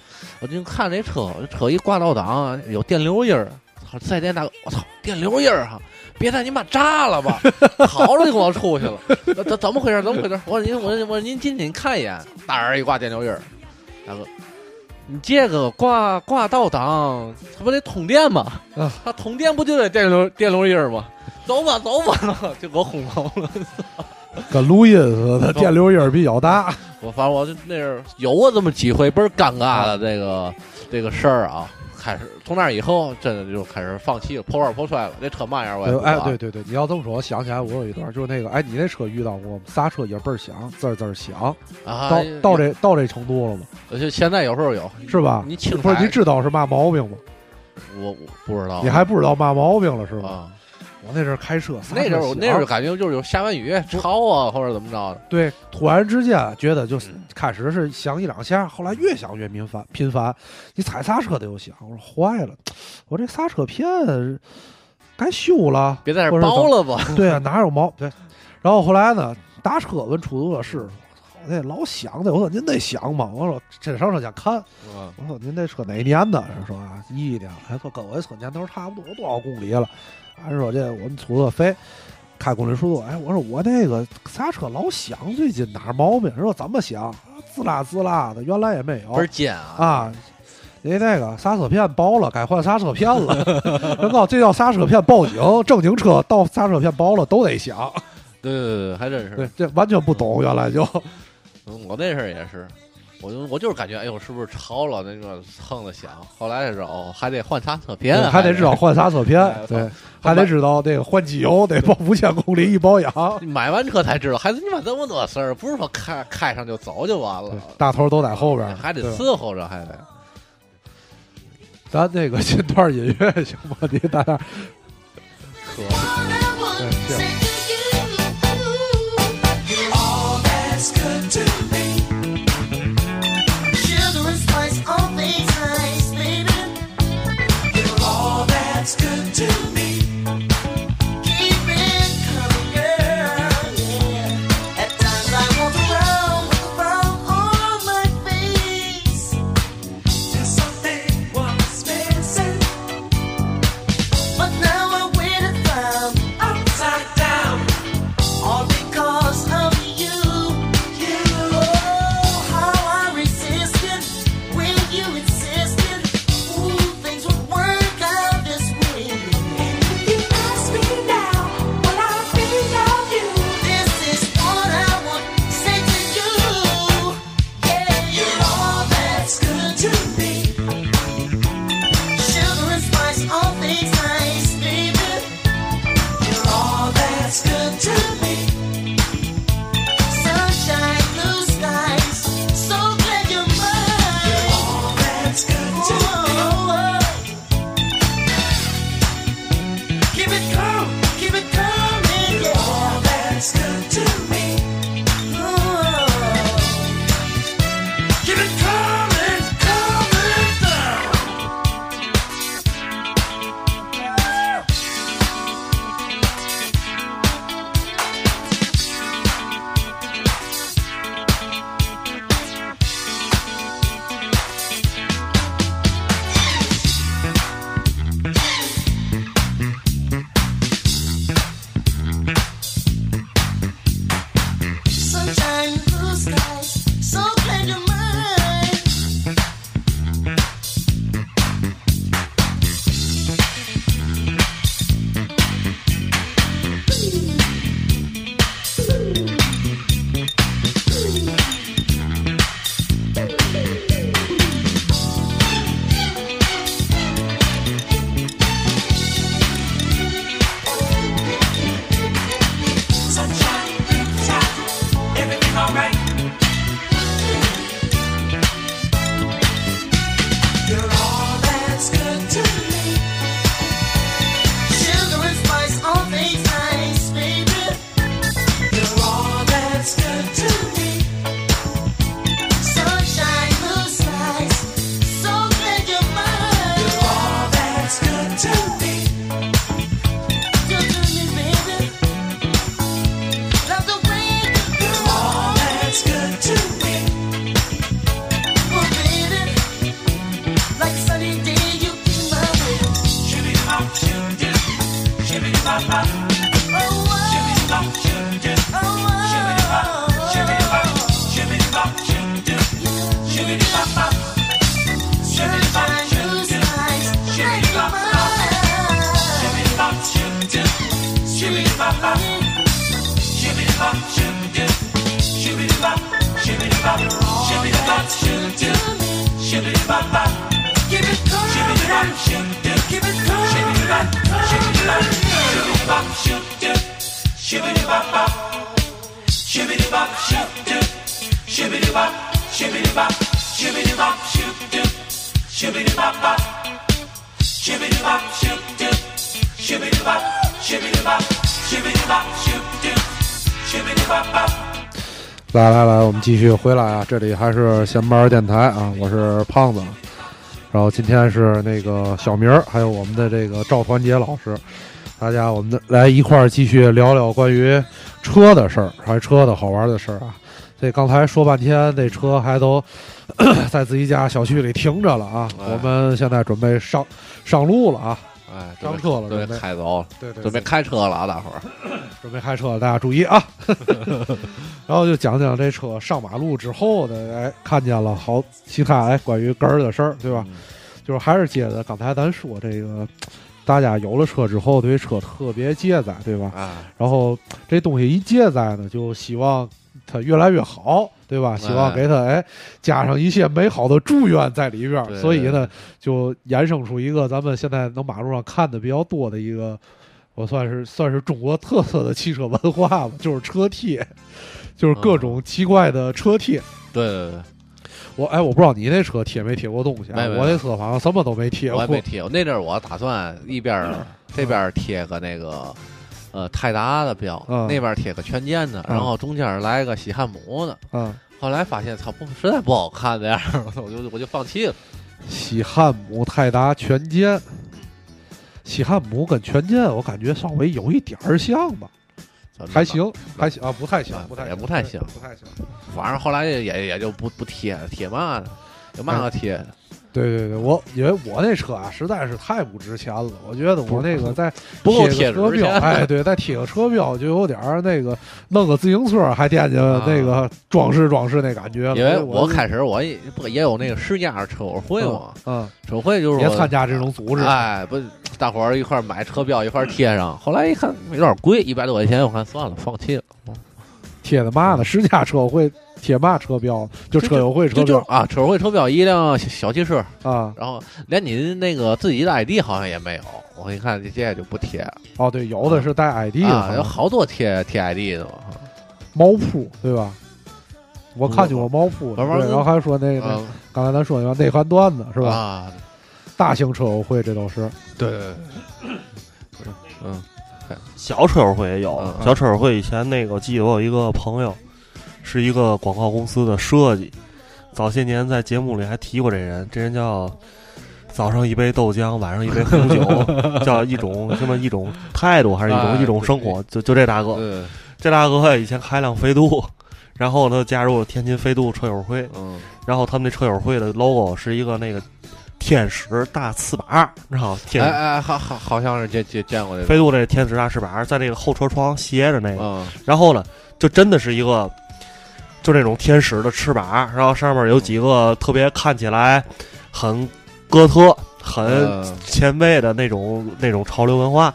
S5: 我就看这车，我这车一挂倒档有电流音儿，操！四 S 店大哥，我操，电流音儿哈！别他你妈炸了吧！好着就给我出去了， <laughs> 那怎怎么回事？怎么回事？我说您，我说我说您进去您看一眼，大人一挂电流印儿，大哥，你这个挂挂倒档，它不得通电吗？
S4: 啊
S5: 它通电不就得电流电流印儿吗？走吧走吧， <laughs> 就给我轰走了。
S4: 跟录音似的，电流音儿比较大。
S5: 我反正我就那阵儿有过这么几回倍儿尴尬的这个这个事儿啊。开始从那以后，真的就开始放弃了，破罐破摔了。这车嘛
S4: <laughs>
S5: 样我也不
S4: 哎，
S5: 管
S4: 对对对，你要这么说，我想起来我有一段，就是那个，哎，你那车遇到过吗？刹车也倍儿响，滋儿滋儿响，
S5: 啊，
S4: 到到这到这程度了吗？
S5: 就现在有时候有，
S4: 是吧？
S5: 你哦轻
S4: 不是
S5: 踩
S4: 你知道是嘛毛病吗？
S5: 我我不知道，
S4: 你还不知道嘛毛病了是吧？
S5: 啊？
S4: 我那阵儿开车，刹
S5: 那
S4: 车
S5: 阵儿我
S4: 响
S5: 那阵儿感觉就是有下完雨潮啊，或者怎么着的。
S4: 对，突然之间觉得就是
S5: 嗯
S4: 开始是响一两下，后来越响越频繁频繁，你踩刹车都有响，我说坏了，我这刹车片该修了，
S5: 别在这
S4: 或
S5: 儿
S4: 者怎
S5: 包了吧，
S4: <laughs> 对啊，哪有毛对？然后后来呢，打车问出租的师傅，我操，那老响的，我说您那响吗？我说这上车想看，我说您那车哪年的？人说啊，一年，还说跟我这车年头差不多，多少公里了？还说这我们出租车费。开公里数多，哎，我说我那个刹车老响，最近哪儿毛病？人说怎么响？滋啦滋啦的，原来也没有。
S5: 倍儿尖啊！
S4: 啊，您那个刹车片薄了，该换刹车片了。人告诉这叫刹车片报警，正经车到刹车片薄了都得响。
S5: 对对对对，还真是
S4: 对。，这完全不懂，原来就
S5: 嗯我那阵儿也是，我就我就是感觉，哎呦，是不是潮了？那个蹭的响。后来才知道，哦还得换刹车片啊，
S4: 还得知道换刹车片
S5: 哎，
S4: 对
S5: 操，
S4: 还得知道那个换机油得报五千公里一保养。
S5: 你买完车才知道，还是你妈这么多事儿，不是说开开上就走就完
S4: 对
S5: 了，
S4: 大头都在后边儿，
S5: 还得
S4: 对吧
S5: 伺候着，还得。
S4: 咱那个 <laughs> 进段音乐行吗？你大家
S6: But now I'm waiting for
S7: Upside down. Oh,
S4: 来来来，我们继续回来啊！这里还是闲班儿电台啊，我是胖子，然后今天是那个小明儿，还有我们的这个赵团结老师，大家我们的来一块儿继续聊聊关于车的事儿，还有车的好玩的事儿啊。这刚才说半天，这车还都 <coughs> 在自己家小区里停着了啊。
S5: 哎
S4: 我们现在准备上上路了啊，
S5: 哎，
S4: 上
S5: 准备
S4: 车了
S5: 准
S4: 准备
S5: 备开走了，
S4: 对对
S5: 准备开车了啊，大伙儿。
S4: 准备开车了，大家注意啊！ <laughs> 然后就讲讲这车上马路之后的，哎，看见了好其他哎关于根儿的事儿，对吧？就是还是接着刚才咱说这个，大家有了车之后对车特别介在，对吧？
S5: 啊，
S4: 然后这东西一介在呢，就希望它越来越好，对吧？希望给它哎加上一些美好的祝愿在里边儿，
S5: 对
S4: 所以呢，就衍生出一个咱们现在能马路上看的比较多的一个，我算是算是中国特色的汽车文化吧，就是车贴，就是各种奇怪的车贴。
S5: 对对对
S4: 我哎，我不知道你那车贴没贴过东西、啊，
S5: 没没
S4: 我那车好像什么都没贴
S5: 对，
S4: 过
S5: 我还。没贴。那阵儿我打算一边
S4: <laughs>
S5: 儿这边儿贴个那个呃泰达的标，
S4: 嗯
S5: 那边儿贴个权健的，
S4: 嗯
S5: 然后中间儿来个西汉姆的。
S4: 啊，
S5: 后来发现，操，不实在不好看那样儿，我就我就放弃了。
S4: 西汉姆、泰达、权健。西汉姆跟权健，我感觉稍微有一点儿像吧，
S5: 咱们
S4: <laughs> 还行，还行啊，不太像
S5: 啊，
S4: 不太
S5: 也不太像
S4: 不太像。
S5: 反正后来也也也就不不贴了，贴嘛呢？有嘛可贴
S4: 嗯
S5: 的？
S4: 对对对，我因为我那车啊，实在是太不值钱了，我觉得我那个再
S5: 不够
S4: 贴
S5: 贴
S4: 个车
S5: 纸
S4: 标，
S5: 钱
S4: 哎，对，再贴个车标就有点儿那个，弄个自行车还惦记
S5: 啊
S4: 那个装饰装饰那感觉了。
S5: 因为
S4: 我
S5: 我开始我也不也有那个试驾车友会嘛，
S4: 嗯，
S5: 车友会就是
S4: 别
S5: 我
S4: 参加这种组织，
S5: 哎，不，大伙儿一块儿买车标，一块儿贴上。后来一看有点贵，一百多块钱，我看算了，放弃了。
S4: 贴的嘛呢？试驾车友会贴嘛车标？就车友会车
S5: 嗯就就
S4: 标
S5: 啊，车友会车标一辆小小汽车，
S4: 啊？
S5: 然后连你那个自己的 ID 好像也没有。我一看这这也就不贴了
S4: 哦，对，有的是带 ID 的，好
S5: 啊，有
S4: 像
S5: 好多贴贴 ID 的嘛。
S4: 猫扑，对吧？我看见过猫扑的，
S5: 玩玩
S4: 对，
S5: 儿
S4: 然后还说那个，
S5: 嗯
S4: 刚才咱说那个内涵段子是吧？
S5: 啊，
S4: 大型车友会这都是，
S5: 对嗯对对，
S3: 小车友会也有
S5: 嗯，嗯
S3: 小车友会以前那个，我记得我有一个朋友，是一个广告公司的设计，早些年在节目里还提过这人，这人叫早上一杯豆浆，晚上一杯红
S5: <laughs>
S3: 酒，叫一种什么一种态度，还是一种、
S5: 啊
S3: 一种生活，就就这大哥，
S5: 嗯对
S3: 这大哥以前开辆飞度，然后呢加入了天津飞度车友会，
S5: 嗯，
S3: 然后他们那车友会的 logo 是一个那个天使大翅膀，你知道吗天
S5: 哎哎，好好好像是见见见过这个，
S3: 飞度这天使大翅膀在那个后车窗斜着那个。
S5: 嗯
S3: 然后呢，就真的是一个，就那种天使的翅膀，然后上面有几个特别看起来很哥特、很
S5: 嗯
S3: 前卫的那种那种潮流文化，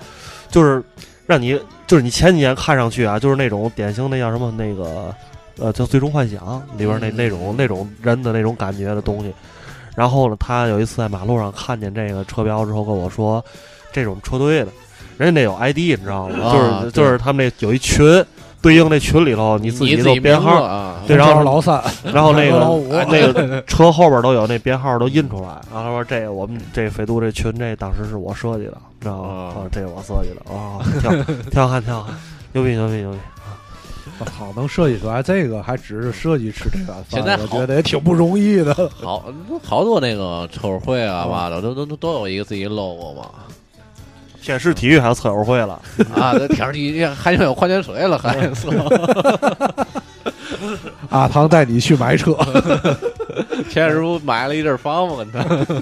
S3: 就是让你就是你前几年看上去啊，就是那种典型那叫什么那个呃叫《最终幻想》里边那
S5: 嗯
S3: 那种那种人的那种感觉的东西。然后呢，他有一次在马路上看见这个车标之后跟我说，这种车队的，人家那有 ID 你知道吗？
S5: 啊
S3: 就是就是他们那有一群，对应那群里头你自己
S5: 你
S3: 有编
S5: 名字
S3: 号，
S5: 啊，
S3: 对，然
S4: 红
S3: 后
S4: 桥老三，
S3: <laughs> 然后那
S4: 老
S3: 个
S4: 五，
S3: 那个车后边都有那编号都印出来。然后他说这我们这匪度这群这当时是我设计的，你知道吗？
S5: 哦
S3: 啊，这我设计的啊，挺挺好 <laughs> 看，挺好看，牛逼牛逼牛逼！
S4: <laughs> 我操，能设计出来这个，还只是设计吃这碗饭，
S5: 现在好
S4: 我觉得也挺不容易的。 <laughs>
S5: 好好多那个车友会啊嘛的，都都都都有一个自己 logo 嘛。
S3: 现实体育还有车友会了，
S5: 啊，这天儿地 <laughs> 还有矿泉水了，还是
S4: 阿汤带你去买车，
S5: 前日不买了一阵房吗？跟 <laughs> 他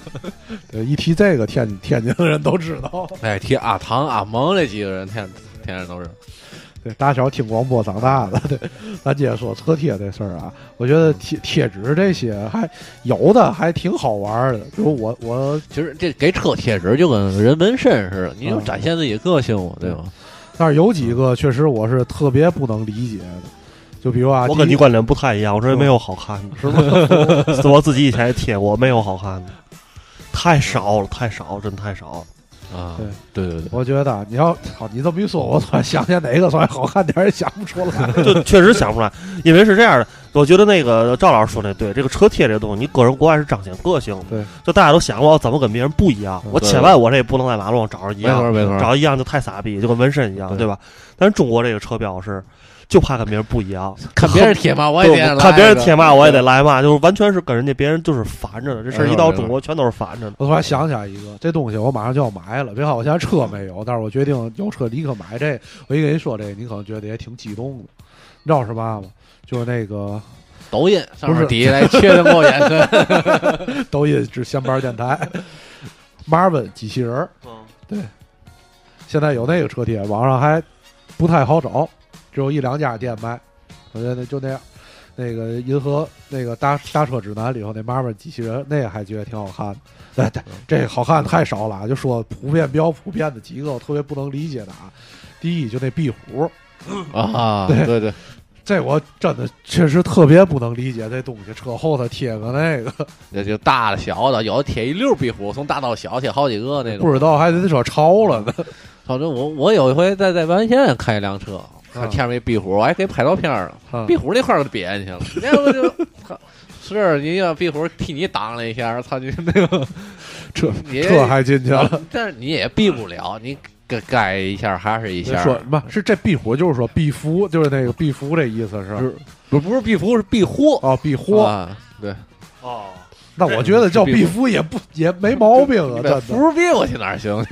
S4: 对一提这个，天天津的人都知道。
S5: 啊哎，提阿唐、阿蒙这几个人，天天天都是
S4: 对，打小听广播长大的。对，咱接着说车贴这事儿啊，我觉得贴贴纸这些还有的还挺好玩儿的。比如我我，
S5: 其实这给车贴纸就跟人纹身似的，你就展现自己个性嘛，对吧？
S4: 但是有几个确实我是特别不能理解的，就比如啊，
S3: 我跟
S4: 第一
S3: 你观点不太一样，我认为没有好看 <laughs> 的，
S4: 是吗？
S3: <laughs> 我自己以前也贴过，没有好看的，太少了，太少，真太少。
S5: 啊，对对对，
S4: 我觉得啊你要操你这么一说，我突然想起来哪个稍微好看点儿也想不出来。
S3: 就确实想不出来，因为是这样的，我觉得那个赵老师说的对，这个车贴这个东西，你个人国外是彰显个性的，
S4: 对，
S3: 就大家都想我要怎么跟别人不一样，我
S5: 嗯对
S3: 千万我这也不能在马路上找着一
S5: 没错
S3: 样，
S5: 没错，
S3: 找着一样就太傻逼，就跟纹身一样，
S5: 对
S3: 对吧？但是中国这个车标是。就怕跟别人不一样，
S5: 看别人贴嘛，我也
S3: 对
S5: 贴，
S3: 看别人贴
S5: 嘛，
S3: 骂我也得来骂，就是完全是跟人家别人就是烦着的。这事儿
S5: 没
S3: 一
S5: 错
S3: 到
S5: 没错
S3: 中国全都是烦着的。
S4: 我突然想起来一个，这东西我马上就要买了。别看我现在车没有，但是我决定有车立刻买这。我一跟你说这，你可能觉得也挺激动的。你知道是嘛吗？就是那个
S5: 抖音上
S4: 不是
S5: 面底下来确认过眼
S4: <laughs>
S5: 神，
S4: 抖音之闲班电台， <laughs> 马尔温机器人儿，
S3: 嗯，
S4: 现在有那个车贴，网上还不太好找，只有一两家店卖。我觉得就那样。那个银河那个搭搭车指南里头那妈妈机器人，那个还觉得挺好看的。 <laughs> 对对，
S5: 嗯
S4: 这好看太少了啊，就说普遍比较普遍的几个我特别不能理解的啊。第一就那壁虎，
S5: 啊，
S4: 对
S5: 对对，
S4: 这我真的确实特别不能理解这东西，车后头贴个那个，
S5: 这就大的小的，有的贴一溜壁虎，从大到小贴好几个那种。
S4: 不知道还得说潮了呢。
S5: 反正我我有一回在在万县开一辆车，看天上一壁虎，我还给拍照片了。
S4: 啊
S5: 壁虎那块儿给瘪进去了，
S4: <laughs>
S5: 然后我就操，是你让壁虎替你挡了一下，操你那个
S4: 车
S5: 也
S4: 车还进去
S5: <laughs>
S4: 了。
S5: 但是你也避不了，你该该一下还是一下。
S4: 说不是这壁虎，就是说壁夫，就是那个壁夫这意思是吧
S5: 是不不是壁虎是壁虎，
S4: 哦，壁豁。
S5: 啊，对，
S3: 哦，
S4: 那我觉得叫
S5: 壁
S4: 壁夫也不也没毛病
S5: <laughs>
S4: 啊，真的。
S5: 不是避我去哪儿行？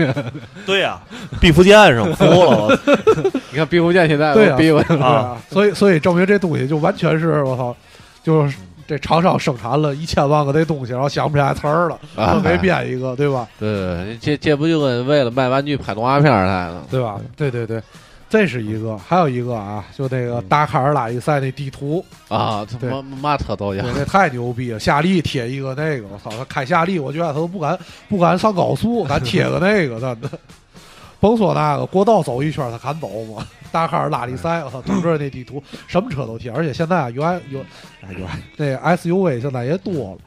S3: 对呀，毕福剑上服了
S4: <laughs>
S5: 你看壁虎剑现在
S4: 对啊
S5: 哎避我
S3: 我啊！
S4: 啊，所以 <laughs> 所以证明这东西就完全是我操，就是这厂商生产了一千万个这东西，然后想不起来词儿了，
S5: 啊
S4: 就给编一个，对
S5: <laughs>
S4: 吧？
S5: 对对，对这这不就跟为了卖玩具拍动画片儿来了？
S4: 对吧？对对对，这是一个，还有一个啊，就那
S5: 嗯
S4: 个达喀尔拉力赛那地图，
S5: 啊，
S4: 对
S5: 他妈嘛车都有
S4: 对，那太牛逼了！夏利贴一个那个，我操，他开夏利，我觉得他都不敢不敢上高速，敢贴个那个，真的。 <laughs> 甭说那个国道走一圈，他敢走吗？达喀尔拉力赛，我操，整个那地图什么车都贴，而且现在啊，原来有哎原来那 SUV 现在也多了。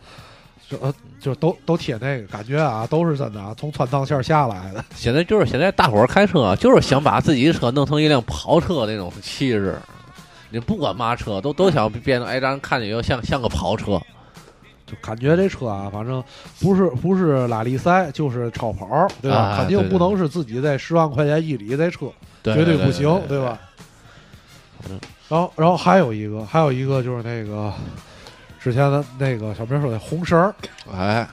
S4: 就呃就都都贴那个，感觉啊，都是真的啊，从川藏线下来的。
S5: <laughs> 现在就是现在，大伙儿开车啊就是想把自己的车弄成一辆跑车那种气质，你不管嘛车都都想变成哎，让人看见以后像像个跑车。
S4: 就感觉这车啊，反正不是不是拉力赛，就是超跑，对吧？
S5: 啊
S4: 肯定
S5: 对对
S4: 不能是自己在十万块钱以里这车，
S5: 对
S4: 绝
S5: 对
S4: 不行，对吧？然后，然后还有一个，还有一个就是那个之前的那个小明说的红绳儿
S5: 哎，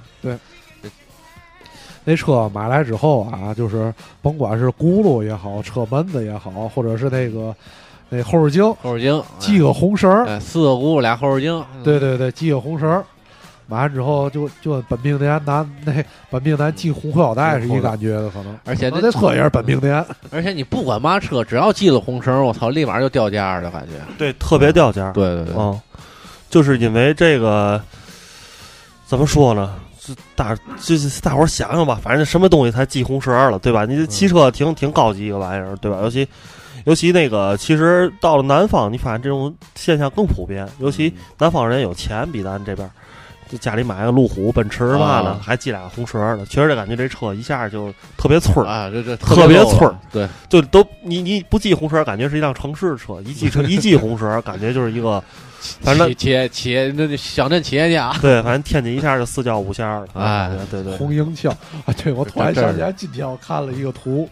S4: 那车买来之后啊，就是甭管是轱辘也好，车门子也好，或者是那个那后视镜，
S5: 后
S4: <laughs>
S5: 视镜，
S4: 系个红绳儿，
S5: 哎，四个轱辘俩后视镜，
S4: 对对对，系个红绳儿。买完之后就就本命年拿那本命年系红裤腰带是一感觉的，可能。
S5: 而且
S4: 那那
S5: 这
S4: 车也是本命年，
S5: 而且你不管嘛车，只要系了红绳，我操，立马就掉价了，感觉。
S3: 对，特别掉价儿。
S5: 对对对，
S3: 嗯，就是因为这个，怎么说呢？这大就是大伙儿想想吧，反正什么东西才系红绳儿了，对吧？你这
S5: 嗯
S3: 骑车挺挺高级一个玩意儿，对吧？尤其尤其那个，其实到了南方，你发现这种现象更普遍，尤
S5: 嗯
S3: 其南方人有钱，比咱这边儿。就家里买个路虎、奔驰嘛的，
S5: 啊
S3: 还系俩红绳儿的，确实这感觉这车一下就特别村儿，
S5: 啊，这这
S3: 特别
S5: 逗了
S3: 寸儿，
S5: 对，
S3: 就都你你不系红绳儿，感觉是一辆城市车；一
S5: <laughs>
S3: 系车一系红绳儿，感觉就是一个，反正
S5: 企企业企业那就小镇企业家，
S3: 对，反正天津一下就四教五下了。
S5: 哎，
S3: 对对，
S4: <laughs> 红缨枪啊！对，我突然
S5: 这这
S4: 想起来，今天我看了一个图，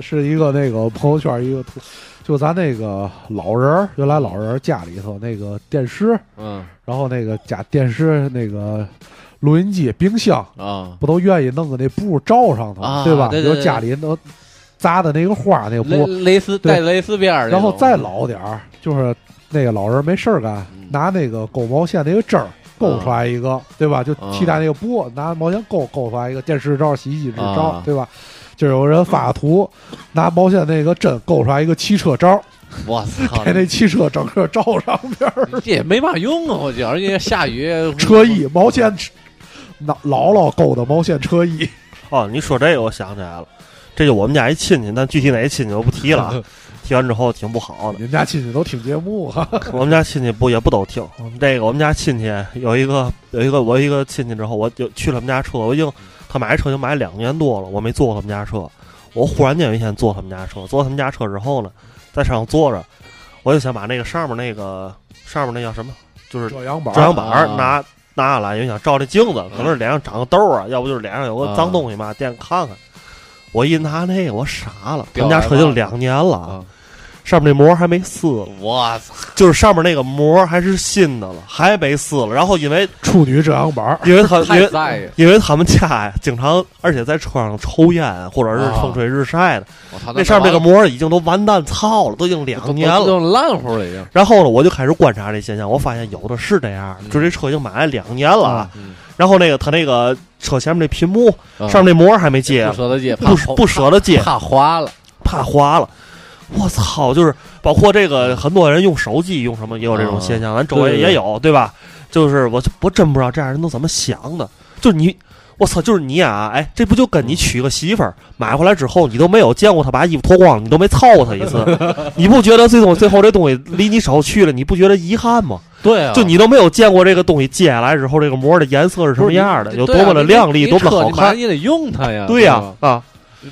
S4: 是一个那个朋友圈一个图，就咱那个老人儿，原来老人儿家里头那个电视，
S5: 嗯
S4: 然后那个家电视那个录音机、冰箱，
S5: 啊，
S4: 不都愿意弄个那布罩上头，
S5: 啊
S4: 对吧？
S5: 对对对
S4: 就家里能扎的那个花那个
S5: 蕾
S4: 布，
S5: 蕾丝
S4: 对
S5: 带蕾丝边儿那
S4: 然
S5: 种，
S4: 后再老点儿，就是那个老人没事儿干，
S5: 嗯
S4: 拿那个勾毛线那个针儿勾出来一
S5: 嗯
S4: 个，对吧？就替代那个布，拿毛线勾勾出来一个电视罩、洗衣机罩，
S5: 啊
S4: 对吧？就有人发图，
S5: 嗯
S4: 拿毛线那个针勾出来一个汽车罩，
S5: 我
S3: <laughs>
S5: 操
S4: 给，那汽车整个罩上边儿，
S5: 这也没嘛用啊！我觉得，而且下雨
S4: 车
S5: <laughs>
S4: 衣毛线，那姥姥勾的毛线车衣，
S3: 哦，你说这个我想起来了，这就我们家一亲戚，但具体哪一亲戚我不提了啊。提完之后挺不好的
S4: 你，们家亲戚都听节目啊哈、
S5: 嗯
S3: 我们家亲戚不也不都听。这个我们家亲戚有一个有一个我有一个亲戚之后，我就去了他们家车，我已经他买车已经买两年多了，我没坐过他们家车。我忽然间有一天坐他们家车，坐他们家车之后呢，在车上坐着，我就想把那个上面那个上面那叫什么，就是
S4: <laughs> 遮阳板
S3: 遮
S4: 儿，
S3: 阳板儿
S5: 啊
S3: 拿拿下来，因为想照那镜子，可能是脸上长个痘儿啊，要不就是脸上有个脏东西嘛，电看看。我一拿那个，我傻了，我
S5: 掉
S3: 们家车已
S5: 了
S3: 经两年了啊
S5: 啊，
S3: 上面那膜还没撕，
S5: 我操，
S3: 就是上面那个膜还是新的了，还没撕了。然后因
S5: <laughs>
S3: 为
S4: 处女遮阳板儿，
S3: 因为他因
S5: 太
S3: 为
S5: 在意，
S3: 因为他们家呀，经常而且在车上抽烟，或者是
S5: 啊
S3: 风吹日晒的，
S5: 我操，
S3: 那上面那个膜已经都完蛋操了，都已经两年了。
S5: 都烂乎了已经。
S3: 然后呢，我就开始观察这现象，我发现有的是这样的，就这车已经买了两年了啊。
S5: 嗯
S3: 然后那个他那个车前面那屏幕
S5: 嗯
S3: 上面那膜还没揭
S5: 不，舍得借，怕
S3: 不
S5: 红
S3: 不舍得揭，
S5: 怕花了，
S3: 怕花了。我操！就是包括这个，很多人用手机用什么也有这种现象，咱周围
S5: 啊对对对
S3: 也有，对吧？就是我就我真不知道这样人都怎么想的。就是你，我操！就是你啊，哎，这不就跟你娶个媳妇儿买回来之后，你都没有见过她把衣服脱光，你都没操过她一
S5: <laughs>
S3: 次，你不觉得最终最后这东西离你手去了，你不觉得遗憾吗？
S5: 对啊，
S3: 就你都没有见过这个东西揭下来之后，这个膜的颜色是什么样的，有多么的亮丽，多么的好看。
S5: 啊你得用它呀。
S3: 对呀、啊，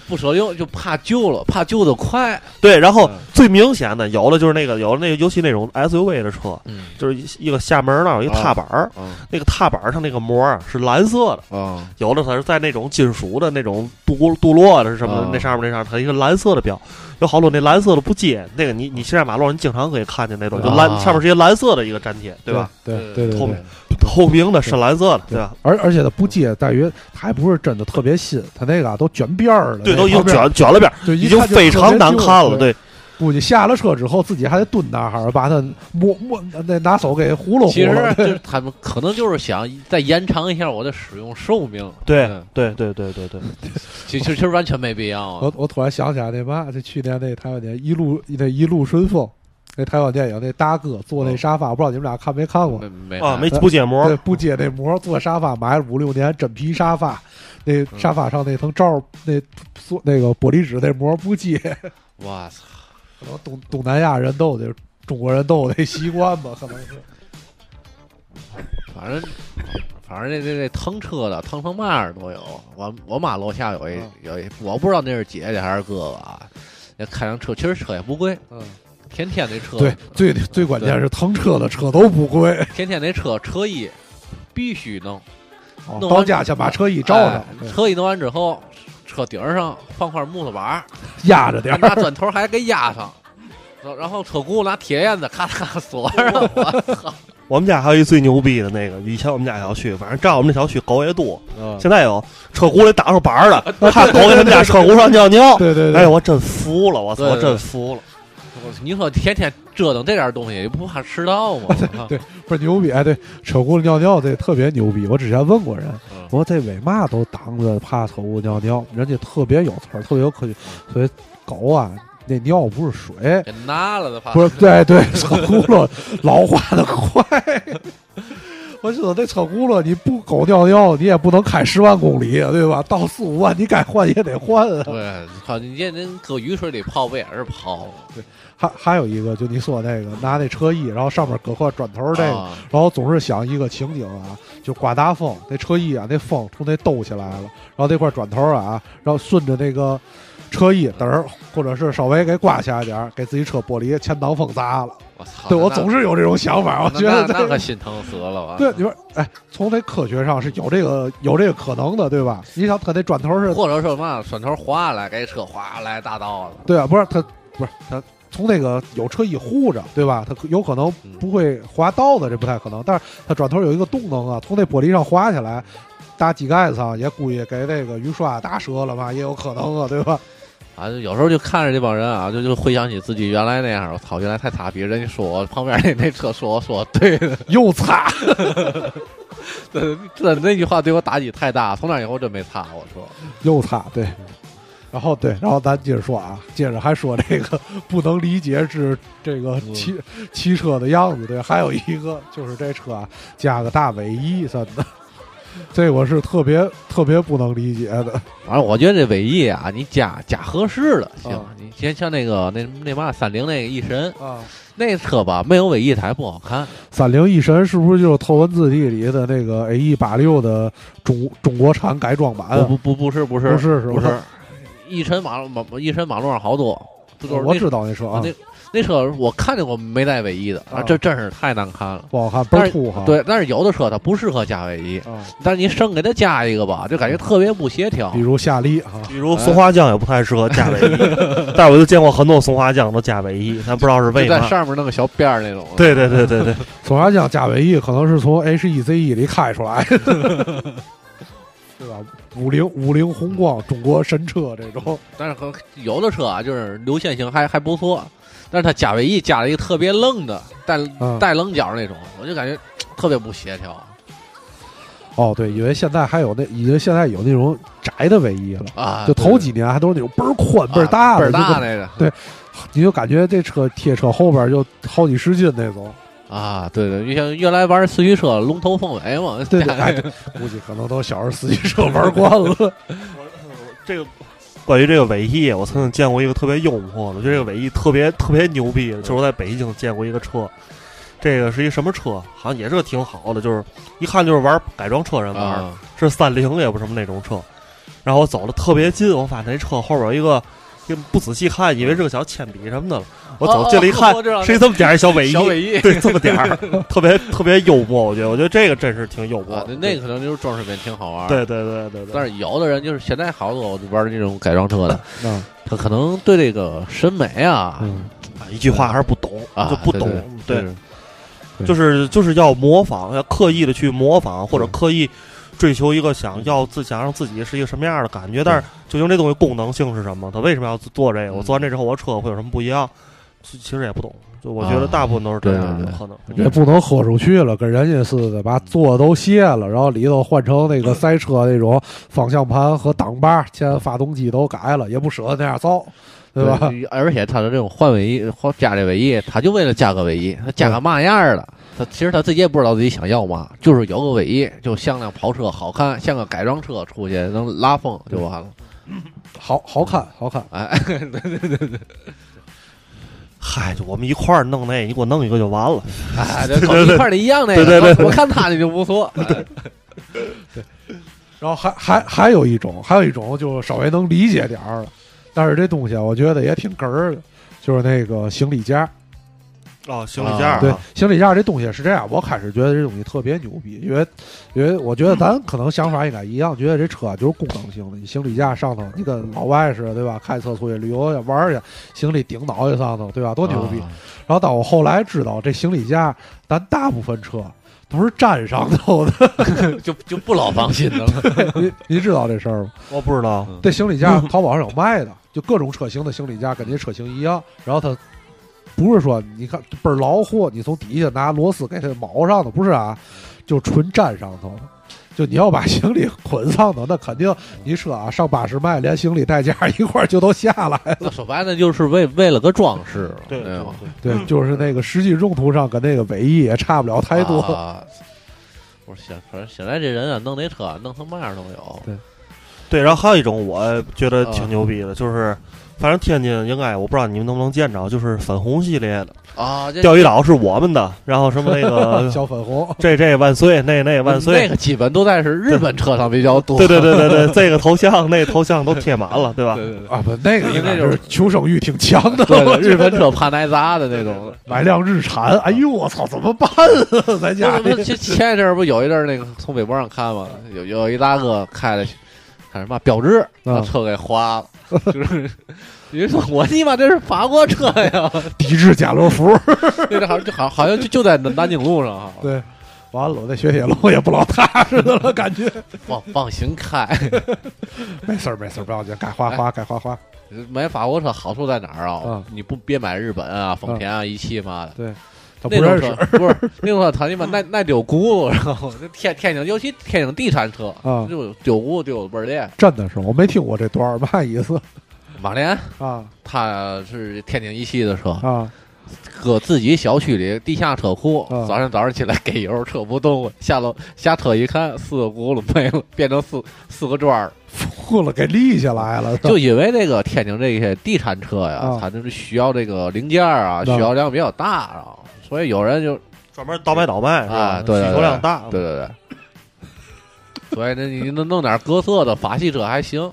S5: 不舍得用，就怕旧了，怕旧的快。
S3: 对。然后
S5: 嗯
S3: 最明显的有的就是那个有的那个，尤其那种 SUV 的车，
S5: 嗯
S3: 就是一一个下门那儿有一个踏板儿，
S5: 啊
S3: 那个踏板儿上那个膜儿是蓝色的，
S5: 啊
S3: 有的它是在那种金属的那种镀镀铬的是什么、
S5: 啊
S3: 那上面那上它一个蓝色的标，有好多那蓝色的不接，那个你你现在马路上你经常可以看见那种，就蓝、
S5: 啊
S3: 上面是一个蓝色的一个粘贴，对吧？？
S4: 对
S5: 嗯
S4: 对对
S3: 透
S4: 对
S3: 明。透明的深蓝色的，对吧？
S4: 而而且它不接，在于它还不是真的特别新，它那个啊都卷边儿了，
S3: 对，
S4: 那
S3: 都已经
S4: 旁边儿，
S3: 卷卷了边儿，
S4: 就
S3: 已
S4: 一
S3: 经
S4: 看就
S3: 非常
S4: 特别
S3: 难
S4: 旧
S3: 看了。
S4: 对，
S3: 对，
S4: 估计下了车之后自己还得蹲那儿，把它摸摸那拿手给糊 <laughs> 弄糊
S5: 其实
S4: 弄。
S5: 就是他们可能就是想再延长一下我的使用寿命。
S3: 对
S5: 嗯，
S3: 对，对，对，对，对，
S5: 其实其实完全没必要啊
S4: 我。我突然想起来那嘛，这去年那台湾电影《一路那一路顺风》，那台湾电影那大哥坐那沙发，不知道你们俩看没看过？
S5: 没没
S3: 啊，没
S4: 对
S3: 不揭哦膜
S4: 对，，不接那膜，坐沙发买了五六年真皮沙发，那
S3: 嗯
S4: 沙发上那层罩儿那塑那个玻璃纸那膜不接，
S5: 我操，
S4: 可能东东南亚人都有这中国人都有这习惯吧，可能
S5: <laughs>
S4: 是。
S5: 反正反正那那那腾车的腾成嘛样都有。我我妈楼下有一
S4: 嗯
S5: 有一，我不知道那是姐姐还是哥哥啊。那开辆车其实车也不贵，
S4: 嗯，
S5: 天天那车
S4: 对，最最关键是腾车的车都不贵，
S5: 天天那车车衣必须弄。
S4: 哦
S5: 弄完
S4: 到家先把车衣罩上，
S5: 哎车一弄完之后，车顶儿上放块木头板儿，
S4: 压着点儿。
S5: 拿
S4: <laughs>
S5: 砖头还给压上，然后车轱辘拿铁链子咔咔咔锁上。我操！
S3: 我们家还有一最牛逼的那个，以前我们家小区，反正占我们那小区狗也多，
S5: 嗯
S3: 现在有车轱辘打上板儿
S5: 啊
S3: 了，怕狗给他们家
S5: <laughs>
S3: 车轱辘上尿尿。
S4: 对对对，
S3: 哎呦，我真服了，我操，
S5: 对
S3: 我
S5: 对对
S3: 真服了。
S5: 我你说天天折腾这点东西，不怕迟
S4: <laughs>
S5: 到吗？我操
S4: 对不是牛逼，哎，对，车轱辘尿尿这特别牛逼。我之前问过人，
S5: 嗯
S4: 我说这为嘛都挡着怕车轱辘尿尿？人家特别有词儿，特别有科学，所以狗啊，那尿不是水，
S5: 给拿了的怕。
S4: 不是对对，车轱辘老化的快。 <laughs> 我觉得这车轱辘你不狗尿尿，你也不能开十万公里，对吧？到四五万你该换也得换啊。
S5: 对，操！你这人搁雨水里泡不也是泡吗？
S4: 还还有一个，就你说那个拿那车衣，然后上面搁块砖头儿这个，
S5: 啊
S4: 然后总是想一个情景啊，就刮大风，那车衣啊，那风从那兜起来了，然后那块砖头啊，然后顺着那个车衣嘚儿，或者是稍微给刮下一点儿，给自己车玻璃前挡风砸了。
S5: 我操！
S4: 对我
S5: 啊那
S4: 总是有这种想法，我
S5: 那
S4: 觉得
S5: 那那可
S4: 这。
S5: 心疼死了我。
S4: 对，你说，哎，从那科学上是有这个有这个可能的，对吧？你想，他那砖头是，
S5: 或者说嘛，砖头划来，给车划来大道子。
S4: 对啊，不是他，不是他，从那个有车衣护着，对吧？他有可能不会滑道的，这不太可能。但是它转头有一个动能啊，从那玻璃上滑下来，搭机盖子啊上也估计给那个雨刷打折了嘛，也有可能啊，对吧？ <laughs>
S5: 啊，就有时候就看着这帮人啊，就就回想起自己原来那样，我操，原来太傻逼，人家说我旁边那那车说我说我对的，
S4: 又擦，
S5: <laughs> 这这那句话对我打击太大，从那以后真没擦，我说
S4: 又擦，对。然后对，然后咱接着说啊，接着还说这个不能理解是这个
S5: 嗯
S4: 骑骑车的样子。对，还有一个就是这车啊，加个大尾翼什么的，这我是特别特别不能理解的。
S5: 反正我觉得这尾翼啊，你加加合适了行
S4: 啊。
S5: 你先像那个那那嘛三菱那个翼神
S4: 啊，
S5: 那车吧，没有尾翼它也不好看。
S4: 三菱翼神是不是就是《头文字 D》里的那个 A 一八六的中中国产改装版啊？
S5: 不不不不是不是
S4: 不是是
S5: 不
S4: 吧
S5: 是，翼神马路马翼神马路上好多，这都是
S4: 我
S5: 那
S4: 知道那车啊
S5: 那，那车我看见过没带尾翼的
S4: 啊
S5: 啊，这真是太难看了。
S4: 不好看，倍
S5: 但
S4: 儿
S5: 是
S4: 土哈。
S5: 对，但是有的车它不适合加尾翼，
S4: 啊，
S5: 但是你生给它加一个吧，就感觉特别不协调
S4: 比。如夏利啊，
S3: 比
S5: 哎
S3: 如松花江也不太适合
S5: <laughs>
S3: 加尾翼，但是我就见过很多松花江都加尾 <laughs> 翼，咱不知道是
S5: 就
S3: 为
S5: 在
S3: 嘛。
S5: 上面弄个小辫儿那种。
S3: 对对对对对，
S4: 松花江加尾翼可能是从 H E Z E 里开出来 <laughs> 的，对吧？五菱五菱宏光中国神车这种，
S5: 但是和有的车啊，就是流线型还还不错，但是它加尾翼加了一个特别愣的带
S4: 嗯，
S5: 带棱角那种，我就感觉特别不协调
S4: 哦对，因为现在还有那，因为现在有那种窄的尾翼了，
S5: 啊。
S4: 就头
S5: 对
S4: 几年还都是那种倍儿宽、
S5: 啊
S4: 倍儿大
S5: 倍
S4: 的，
S5: 儿大
S4: 就跟
S5: 那个
S4: 你就感觉这车贴车后边就好几十斤那种，
S5: 啊，对对，就像原来玩四驱车龙头凤尾嘛，
S4: 对对，哎，估计可能都小时候司机车玩惯了，
S3: 这个关于这个尾翼，我曾经见过一个特别幽默的，我觉得这个尾翼特别特别牛逼的，就是我在北京见过一个车，这个是一什么车？好像也是个挺好的，就是一看就是玩改装车人玩的，
S5: <laughs> 啊
S3: 是三菱也不是什么那种车。然后我走的特别近，我发现那车后边有一个，一个不仔细看以为是个小铅笔什么的了，我走近了一看
S5: 哦哦我知道，
S3: 是这么点儿一小尾翼
S5: 小，尾翼
S3: 对，这么
S5: <laughs>
S3: 点儿，特别特别幽默，我觉得，我觉得这个真是挺幽默
S5: 啊，
S3: 的
S5: 对，那个可能就是装饰品挺好玩。，
S3: 对对对对对，
S5: 但是有的人就是现在好多我玩这种改装车的，
S4: 嗯
S5: 他可能对这个审美啊
S4: 嗯，
S3: 啊一句话还是不懂
S5: 啊
S3: 就不懂，
S5: 对
S4: 对
S3: 就是就是要模仿，要刻意的去模仿，或者刻意追求一个想要自想让自己是一个什么样的感觉。但是究竟这东西功能性是什么？它为什么要做这个？
S5: 嗯
S3: 我做完这之后，我车会有什么不一样？其其实也不懂。就我觉得
S5: 啊
S3: 大部分都是这样的
S5: 对对对
S3: 可能。
S4: 也不能豁出去了，跟人家似的，把座都卸了，然后里头换成那个塞车那种方向盘和挡把，前发动机都改了，也不舍得那样造，对吧？？
S5: 而且他的这种换尾翼、换加这尾翼，他就为了加个尾翼，他加个嘛样儿的？他其实他自己也不知道自己想要嘛，就是有个尾翼，就像辆跑车好看，像个改装车出去能拉风就完了。
S4: 好好看，好看。
S5: 哎，
S3: 嗨，就我们一块儿弄那，你给我弄一个就完了。
S5: 哎，就搞一块儿的一样那个，
S3: 对对对
S5: 我看他那就不错。哎
S4: 然后还还还有一种，还有一种就稍微能理解点儿了，但是这东西啊，我觉得也挺哏儿的，就是那个行李架。
S3: 哦，行李架、啊，
S4: 对，行李架这东西是这样，我开始觉得这东西特别牛逼，因为因为我觉得咱可能想法应该一样，觉得这车啊就是功能性的，你行李架上头，你跟老外似的，对吧？开车出去旅游去玩儿去，行李顶脑袋上头，对吧？多牛逼！
S5: 啊
S4: 然后到我后来知道，这行李架咱大部分车都是粘上头的， <laughs>
S5: 就就不老放心的了。
S4: 你你知道这事儿吗？
S3: 我不知道。
S4: 这行李
S5: 嗯
S4: 架淘宝上有卖的，就各种车型的行李架跟这车型一样，然后它不是说你看倍儿牢货，你从底下拿螺丝给它锚上的，不是啊，就纯粘上头的。就你要把行李捆上头，那肯定你车啊上八十迈，连行李带架一块儿就都下来了。
S5: 那说白了就是为为了个装饰，
S3: 对对
S5: 吧？
S3: 对
S4: 对，就是那个实际用途上跟那个尾翼也差不了太多。
S5: 啊我说现反正现在这人啊，弄那车啊弄成嘛样都有。
S3: 对，然后还有一种我觉得挺牛逼的，就是反正天津应该我不知道你们能不能见着，就是粉红系列的。
S5: 啊，这
S3: 钓鱼岛是我们的，然后什么那个
S4: <laughs>
S5: 啊
S4: 小粉红，
S3: 这这万岁，那那万
S5: 那
S3: 岁，
S5: 个基本都在是日本车上比较多。
S3: 对对对对对，这个头像那头像都贴满了，对吧？
S4: <laughs>
S5: 对对对
S4: 啊，不，那个应该就是求生欲挺强的。
S5: 对
S4: 我
S5: 对，
S4: 觉
S5: 日
S4: 得
S5: 本车怕挨砸的那种。
S4: 买辆日产，哎呦我操，怎么办啊？在家
S5: 不是不
S4: 里
S5: 是前前一阵儿不有一阵儿那个从微博上看嘛，有有一大哥开了看什么标志，把
S4: 啊
S5: 车给划了，
S4: <laughs>
S5: 就是。你说我尼玛这是法国车呀！
S4: 抵制加罗福。
S5: 那阵好像就好好像就就在南京路上，
S4: <laughs> 对完了，我那雪铁龙也不老踏实的了，感觉。
S5: 放放心开。
S4: <laughs> 没事儿，没事儿，不要紧，该花花，该花花。
S5: 买法国车好处在哪儿啊？
S4: 嗯
S5: 你不别买日本啊、丰田啊、一汽嘛的。
S4: 对，他不
S5: 那
S4: 认
S5: 种
S4: 识
S5: 车 <laughs> 不是那种车，他你妈耐耐丢轱辘，然后 <laughs> 就天天津，尤其天津地产车，
S4: 啊
S5: 就丢轱辘丢的倍儿厉害。
S4: 真的是我没听过这段儿，嘛意思
S5: 马连
S4: 啊
S5: 他是天津一汽的车，
S4: <laughs> 啊？
S5: 搁自己小区里地下车库，
S4: 啊
S5: 早上早上起来给油，车不动了，下楼下车一看，四个轱辘没了，变成四四个砖儿。
S4: 哭了，给立下来了，是吧
S5: 就因为这个天津这些地产车呀
S4: 啊，
S5: 它就是需要这个零件儿啊，需
S4: 对
S5: 要量比较大啊，所以有人就
S3: <laughs> 专门倒卖倒卖是吧
S5: 啊对对
S3: 需求量大，
S5: 对对对，所以那你弄弄点各色的法系车还行，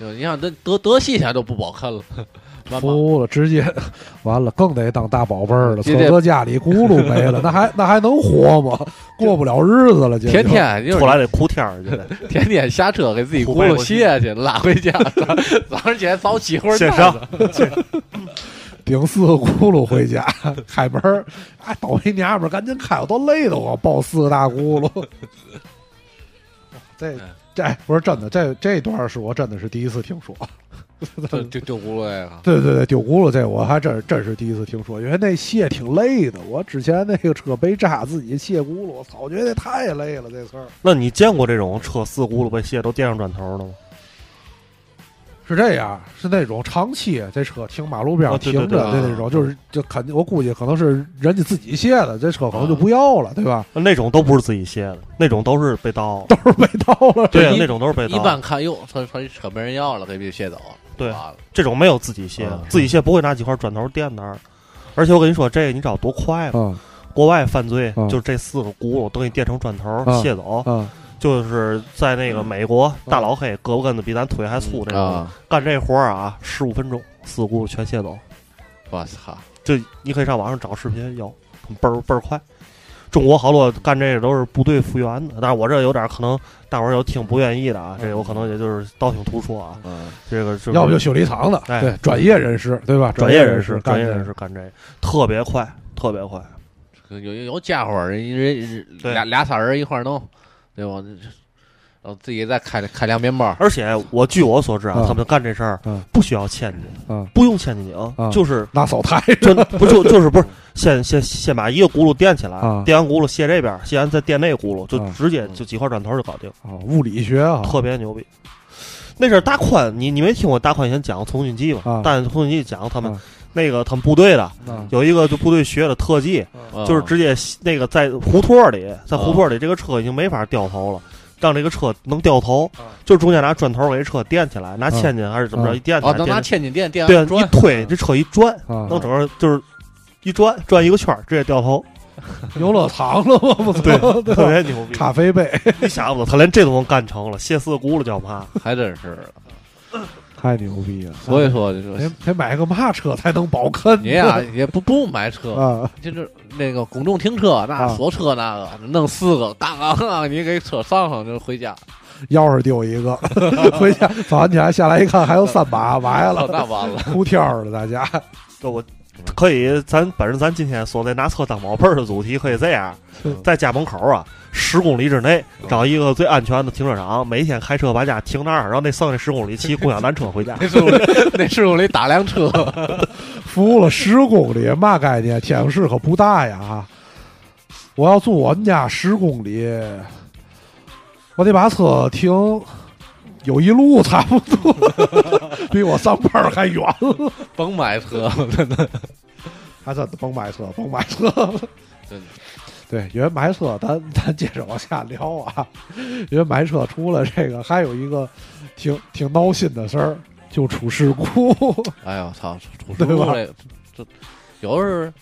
S5: 就你像这德德系现在都不好看了， <laughs> 慢慢
S4: 服了，直接完了，更得当大宝贝儿了。
S5: 直
S4: 厕
S5: 接
S4: 所家里轱辘没了，那还那还能活吗？过不了日子了，这就
S5: 天天就是
S3: 出来得哭天儿
S5: <laughs>
S3: 去，
S5: 天天下车给自己轱辘卸去，拉回家，早早上起来早起会儿
S3: 线
S5: 闹
S3: 上
S5: 呢，
S4: 顶四个轱辘回家，开门儿，哎，倒霉娘们儿，赶紧开，我都累得我抱四个大轱辘。这这哎不是真的，这这段儿是我真的是第一次听说。
S5: 就就就轱辘呀。
S4: 对对对，丢轱辘这我还真真是第一次听说，因为那卸挺累的。我之前那个车被炸，自己卸轱辘，我操，我觉得太累了这事儿。
S3: 那你见过这种车四轱辘被卸都垫上砖头的吗？
S4: 是这样，是那种长期这车停马路边
S3: 啊
S4: 儿
S3: 对
S4: 停
S3: 对
S4: 着
S3: 对
S4: 的那种，就是就肯定我估计可能是人家自己卸的，这车可能就
S5: 啊
S4: 不要了，对吧？
S3: 那种都不是自己卸的，那种都是被盗。
S4: 都是被盗了，
S5: 对
S3: 对，
S5: 一
S3: 那种都是被
S5: 一
S3: 盗
S5: 般。看哟，他他车没人要了，给别卸走了。
S3: 对
S5: 完了
S3: 这种没有自己卸
S5: 啊，
S3: 自己卸不会拿几块砖头垫那儿。而且我跟你说，这个你知道多快吗？
S4: 啊
S3: 国外犯罪
S4: 啊
S3: 就是这四个轱辘都给你垫成砖头
S4: 啊
S3: 卸走，
S4: 啊！
S3: 就是在那个美国大老黑胳膊根子比咱腿还粗那种
S5: 啊，
S3: 干这活儿啊，十五分钟四个轱辘全卸走。
S5: 我操！
S3: 就你可以上网上找视频，有倍儿倍儿快。中国好多干这个都是部队复员的，但是我这有点可能，大伙儿有挺不愿意的啊，这有可能也就是道听途说啊。
S5: 嗯，
S3: 这个是
S4: 要不就修理厂的，
S3: 哎
S4: 对，专业人士，对吧？
S3: 专
S4: 业
S3: 人
S4: 士
S3: 士，
S4: 干
S3: 专
S4: 这
S3: 业
S4: 个
S3: 人士干这个特别快，特别快。
S5: 有有有家伙儿，人人
S3: 对
S5: 俩俩仨人一块儿弄，对吧？然后自己再开开辆面包，
S3: 而且我据我所知啊
S4: 嗯，
S3: 他们干这事儿
S4: 嗯
S3: 不需要千金，
S4: 嗯
S3: 不用千金顶
S4: 嗯，
S3: 就是
S4: 拿手抬
S3: 真不就就是不是先先先把一个轱辘垫起来
S4: 啊，
S3: 垫完轱辘卸这边，卸完再垫那轱辘，就
S4: 啊
S3: 直接就几块砖头就搞定。
S4: 啊，物理学啊，
S3: 特别牛逼。那阵儿大宽，你你没听过大宽以前讲从军记吧？
S4: 啊
S3: 但从军记讲他们、
S4: 啊
S3: 那个他们部队的
S4: 啊
S3: 有一个就部队学的特技，
S5: 嗯
S3: 就是直接那个在胡同儿里，在
S4: 啊
S3: 胡同儿里这个车已经没法掉头了。让这个车能掉头，
S5: 啊
S3: 就中间拿砖头给这车垫起来，拿千斤还是怎么着
S4: 啊
S3: 一垫起
S5: 哦，
S3: 来，
S5: 能拿
S3: 垫
S5: 千斤电电
S3: 对，啊一
S5: 砖
S3: 推这车一转，
S4: 啊，
S3: 能整个就是一转转一个圈儿，直接掉
S5: <laughs>
S3: 头，
S4: 游乐场了吗？不
S3: 对
S4: 错，对
S3: 特
S4: 吧？
S3: 别牛逼。
S4: 咖啡杯
S3: 你想吧，他连这都能干成了，卸四个轱辘叫
S5: <laughs>
S3: 嘛？
S5: 还真
S3: <laughs>
S5: 是。
S4: 太牛逼了，
S5: 所以说，就
S4: 得
S5: 是
S4: 得买个嘛车才能保坑？
S5: 你呀、也不不买车，
S4: <laughs> 啊，
S5: 就是那个公众停车那
S4: 啊
S5: 锁车那个，弄四个，嘎嘎嘎，你给车上上就回家。
S3: <laughs>
S4: 钥匙丢一个， <laughs> 回家早上起来下来一看，还有三
S3: <laughs>
S4: 把，完
S5: 哦那
S4: 了，
S5: 完了， <laughs>
S4: 哭天儿了，大家
S3: 这我可以，咱本着咱今天说的拿车当宝贝儿的主题，可以这样
S4: 嗯，
S3: 在家门口啊，十公里之内找一个最安全的停车场，每天开车把家停那儿，然后那剩下十公
S5: <laughs>
S3: 里骑共享单车回家。
S5: 那是我那是我得打辆车， <laughs>
S4: 服了十公里，嘛概念？天津市可不大呀！啊！我要住我们家十公里，我得把车停有一路，差不多， <laughs> 比我上班儿还远了。
S5: 甭买车， <laughs> 真的
S4: 还真的甭买车，甭买车。
S5: 真的。
S4: <laughs> 对，因为买车，咱咱接着往下聊啊。因为买车除了这个，还有一个挺挺闹心的事儿，就出事故。
S5: 哎呦，操，出出
S4: 对吧
S5: 入这这有时候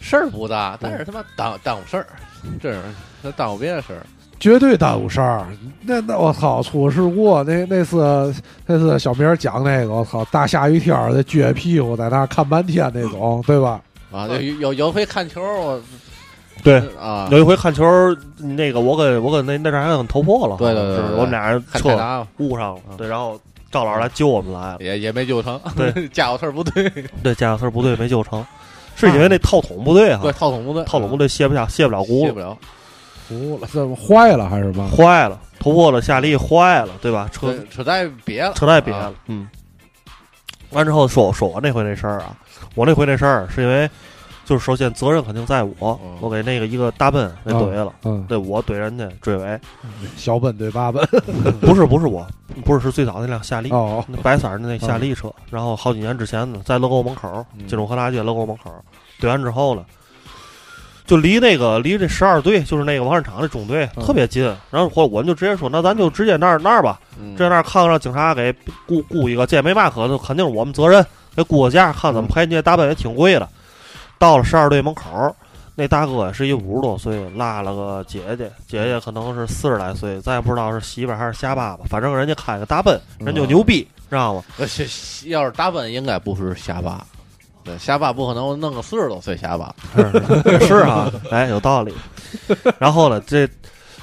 S5: 事儿不大，但是他妈耽耽误事儿，这是那耽误别的事儿。
S4: 绝对耽误事儿。那那我操，出事故那那次那次小明儿讲那个，我操，大下雨天儿的撅屁股在那儿看半天那种，对吧？
S5: 啊，有有有回看球，我
S3: 对
S5: 啊，
S3: 有一回看球，那个我跟我跟那那阵儿还跟头破了，
S5: 对对对
S3: 是
S5: 对对
S3: 我们俩人
S5: 看嗯泰
S3: 车
S5: 达
S3: 误上了，对，然后赵老师来救我们来了，
S5: 也也没救成， <laughs>
S3: 对，啊
S5: 家伙事儿不对，
S3: 对，家伙事儿不对没救
S5: 啊
S3: 成，是因为那套筒不对哈
S5: 对，，套筒不对，啊
S3: 套筒不对卸不下嗯卸不了轱
S5: 卸
S3: 辘
S5: 不，了。
S4: 服了，怎么坏了还是嘛？
S3: 坏了，头破了下力坏了，对吧？车
S5: 车车带别了，
S3: 扯带别
S5: 啊
S3: 了，嗯。完之后说说我那回那事儿啊，我那回那事儿是因为就是首先责任肯定在我
S5: 嗯，
S3: 我给那个一个大奔给怼了，
S4: 嗯，
S3: 对我怼人家追尾，
S4: 小本对八本，
S3: 不是不是我，不是是最早那辆夏
S5: 哎
S3: 利，
S5: <laughs>
S4: 哦，
S3: 那白色儿的那夏利车，然后好几年之前呢，在乐购门口，
S5: 嗯
S3: 金融和大街乐购门口怼完之后呢，就离那个离这十二队就是那个王市场的中队、
S4: 嗯
S3: 特别近，然后或者我们就直接说，那咱就直接那儿那儿吧，
S5: 嗯
S3: 直接那儿看看让警察给雇雇一个，这也没嘛可的，肯定是我们责任，给估个价，看怎么赔，你这大奔也挺贵的。到了十二队门口，那大哥也是一五十多岁，拉了个姐姐，姐姐可能是四十来岁，咱也不知道是媳妇儿还是瞎爸爸，反正人家开个大奔，人就牛逼，知道吗？
S5: 呃是要是大奔应该不是瞎爸，对，瞎爸不可能弄个四十多岁瞎爸， <laughs>
S3: 是啊， <laughs> 哎，有道理。然后呢，这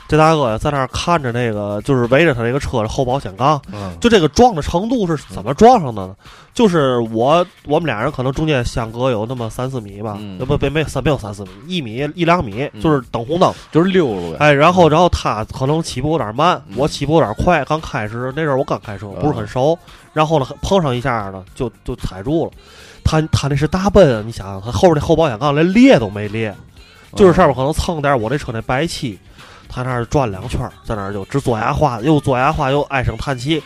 S3: 这大哥在那儿看着那个，就是围着他那个车的后保险杠，
S5: 嗯，
S3: 就这个撞的程度是怎么撞上的呢？就是我我们俩人可能中间相隔有那么三四米吧，
S5: 嗯
S3: 呃不不没三没有三四米，一米一两米，
S5: 嗯
S3: 就是等红灯。
S5: 就是溜路呗，
S3: 哎，然后然后他可能起步有点慢，
S5: 嗯
S3: 我起步有点快。刚开始那阵儿我刚开车，不是很熟，然后呢碰上一下呢，就就踩住了。他他那是大奔啊，你想想，他后边那后保险杠连裂都没裂，
S5: 嗯
S3: 就是上面可能蹭点我这车那白漆，他那儿转两圈儿，在那儿就直嘬牙花，又嘬牙花又唉声叹气。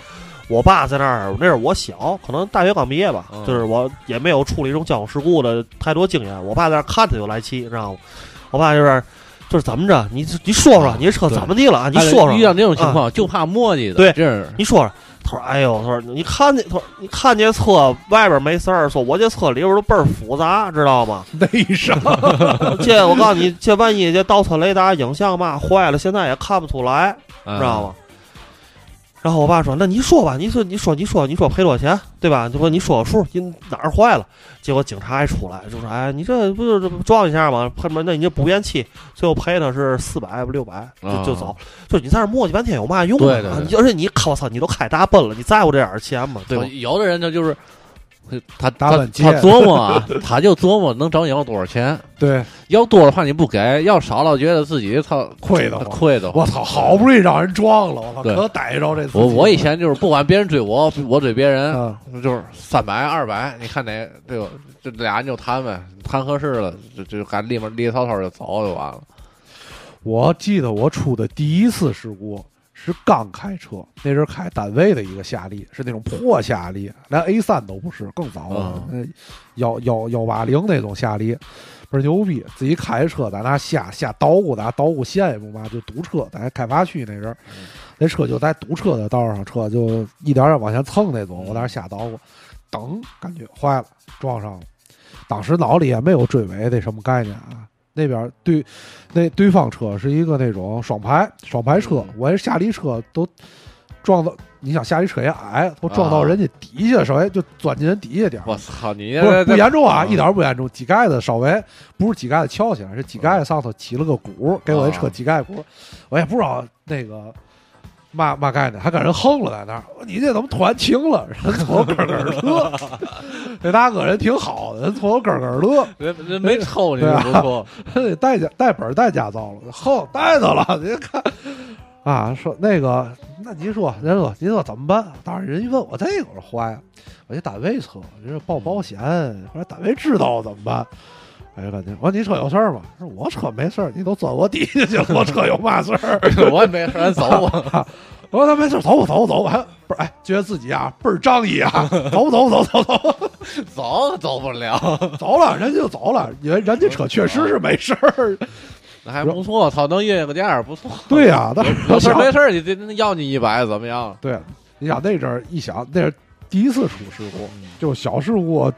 S3: 我爸在那儿，那是我小，可能大学刚毕业吧，
S5: 嗯
S3: 就是我也没有处理这种交通事故的太多经验。我爸在那儿看他就来气，你知道吗？我爸就是就是怎么着，你你说说你这车怎么地了啊？你
S5: 哎
S3: 说说，
S5: 遇到这种情况就怕磨叽的，
S3: 对
S5: 这是
S3: 你说说。他说：“哎呦，他说你看见，他说你看见车外边没事儿，说我这车里边都倍儿复杂，知道吗？
S4: 内伤，
S3: <laughs> 这我告诉你，这万一这倒车雷达影像嘛坏了，现在也看不出来，知道
S5: 吗？
S3: 吗？然后我爸说：“那你说吧，你说你说你说你说赔多少钱，对吧？就说你说个数，你哪儿坏了？”结果警察一出来就说：“哎，你这不就是撞一下吗？他妈，那你这不变气，最后赔的是四百不六百，就就走。就是你在这磨叽半天有嘛用啊？
S5: 啊对对对
S3: 你而且你我操，你都开大奔了，你在乎这点儿钱吗？对吧？
S5: 有的人他就是他
S4: 打
S5: 他
S4: 板
S5: 他
S4: 街
S5: 琢磨啊，他就琢磨能找你要多少钱，
S4: 对，
S5: 要多了怕你不给，要少了觉得自己操呃
S4: 亏得慌
S5: 亏的。
S4: 我操，好不容易让人撞了，我操，
S5: 对
S4: 可逮着这次。
S5: 我我以前就是不管别人追我，我追别
S3: 嗯
S5: 人，
S4: 啊，
S5: 就是三百二百，你看哪对吧？这俩人就谈呗，谈合适了，就就赶立马利利索索就走就完了。
S4: 我记得我出的第一次事故是刚开车，那阵儿开单位的一个夏利，是那种破夏利，连 A 三都不是，更早了
S5: 啊，
S4: 幺幺幺八零那种夏利，倍儿牛逼。自己开着车在那下下捣鼓，打捣鼓线也不嘛，就堵车，在开发区那阵儿，那车就在堵车的道上，车就一点点往前蹭那种，我在那瞎捣鼓，等感觉坏了，撞上了。当时脑里也没有追尾那什么概念啊。那边对，那对方车是一个那种双排双排车，
S5: 嗯
S4: 我这下离车都撞到，你想下离车也矮，都撞到
S5: 啊
S4: 人家底下，稍微就钻进人底下点儿。
S5: 我操，你
S4: 不是不严重啊，
S5: 啊
S4: 一点儿不严重，脊盖子稍微不是脊盖子翘起来，是脊盖子上头起了个鼓，给我这车
S5: 啊
S4: 脊盖骨，我也不知道那个嘛嘛概念，还跟人横了在那儿，你这怎么突然停了？人从我咯咯乐， <laughs> 那大哥人挺好的，人从我咯咯乐，
S5: 人人没抽你
S4: 对
S5: 就
S4: 啊
S5: 不错，
S4: 得带驾带本儿带驾照了，哼，带着了，您看啊，说那个，那您说，您说，您说怎么办？啊当时人一问我这个，我说坏，啊我这单位车，您说报保险，我说单位知道怎么办？哎，感觉我说你车有事儿吗？我说我车没事儿，你都钻我底下去了，我车有嘛事儿？
S5: <laughs>
S4: 啊
S5: 我也没人走我。
S4: <laughs> 我说他没事儿，走吧走吧走吧，还不是哎，觉得自己啊倍儿仗义啊，走吧走吧走吧走吧
S5: <laughs> 走都走不了，
S4: 走了，人家就走了，因为人家车确实是没事儿。
S5: 那还不错，操，能约个价儿不错。
S4: 对呀、但是
S5: 有
S4: 我
S5: 事儿
S4: 想
S5: 没事儿，你这要你一百怎么样？啊
S4: 对，你想那阵儿一想，那是第一次出事故，
S5: 嗯
S4: 就小事故，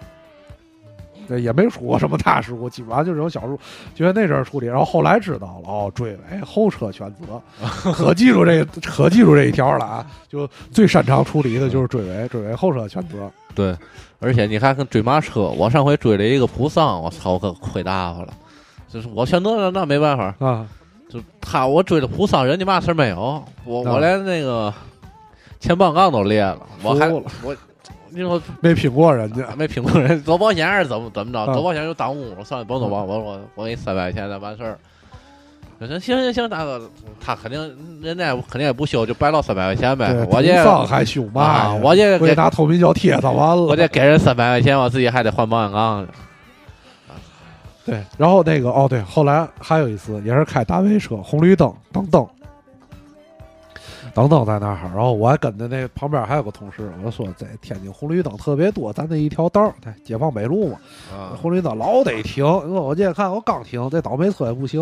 S4: 对也没出过什么大事故，基本上就这种小事故，觉得那阵儿处理。然后后来知道了，哦，追尾后车全
S5: <laughs>
S4: 责，可记住这可记住这一条了啊！就最擅长处理的就是追尾，追尾后车全责。
S5: 对，而且你看，跟追马车，我上回追了一个普桑，我操，我可亏大发了。就是我选择了，那没办法，
S4: 啊，
S5: 就他我追了普桑，人家嘛事儿没有，我
S4: 啊
S5: 我连那个前半杠都裂了，我还
S4: 服了
S5: 我你说
S4: 没拼过人家，
S5: 没评论人走保险还是怎么怎么着？
S4: 啊
S5: 走保险就耽误我，算了，甭走吧，我我我给你三百块钱咱完事儿。我说行行行，大哥，他肯定人家也不肯定也不修，就白落三百块钱呗
S4: 对，。
S5: 我这
S4: 不上还凶
S5: 啊
S4: 嘛？
S5: 我这
S4: 我
S5: 给
S4: 得拿透明胶贴他完了。
S5: 我这给人三百块钱，我自己还得换保险杠去。
S4: 对，然后那个哦对，后来还有一次也是开大 V 车，红绿灯等等等等在那儿，然后我还跟着那旁边还有个同事，我就说在天津红绿灯特别多，咱这一条道儿，对解放北路嘛，
S5: 啊，
S4: 红绿灯老得停。你说我今天看我刚停，这倒霉车也不行，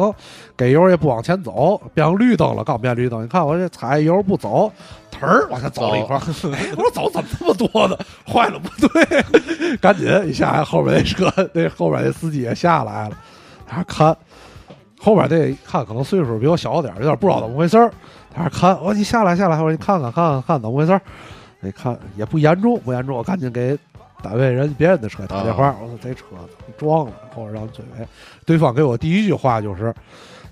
S4: 给油也不往前走，变成绿灯了，刚变绿灯，你看我这踩油不走，腾儿往前走了一块儿。 <laughs> 哎，我说走怎么这么多呢？坏了，不对，赶紧一下来，后边那车那后边那司机也下来了，他看后边这一看可能岁数比我小点儿，有点不知道怎么回事儿，他看我说你下来下来，我说你看看看看看怎么回事儿，你看也不严重不严重，我赶紧给单位人别人的车打电话，我说这车撞了，后边让追尾，对方给我第一句话就是。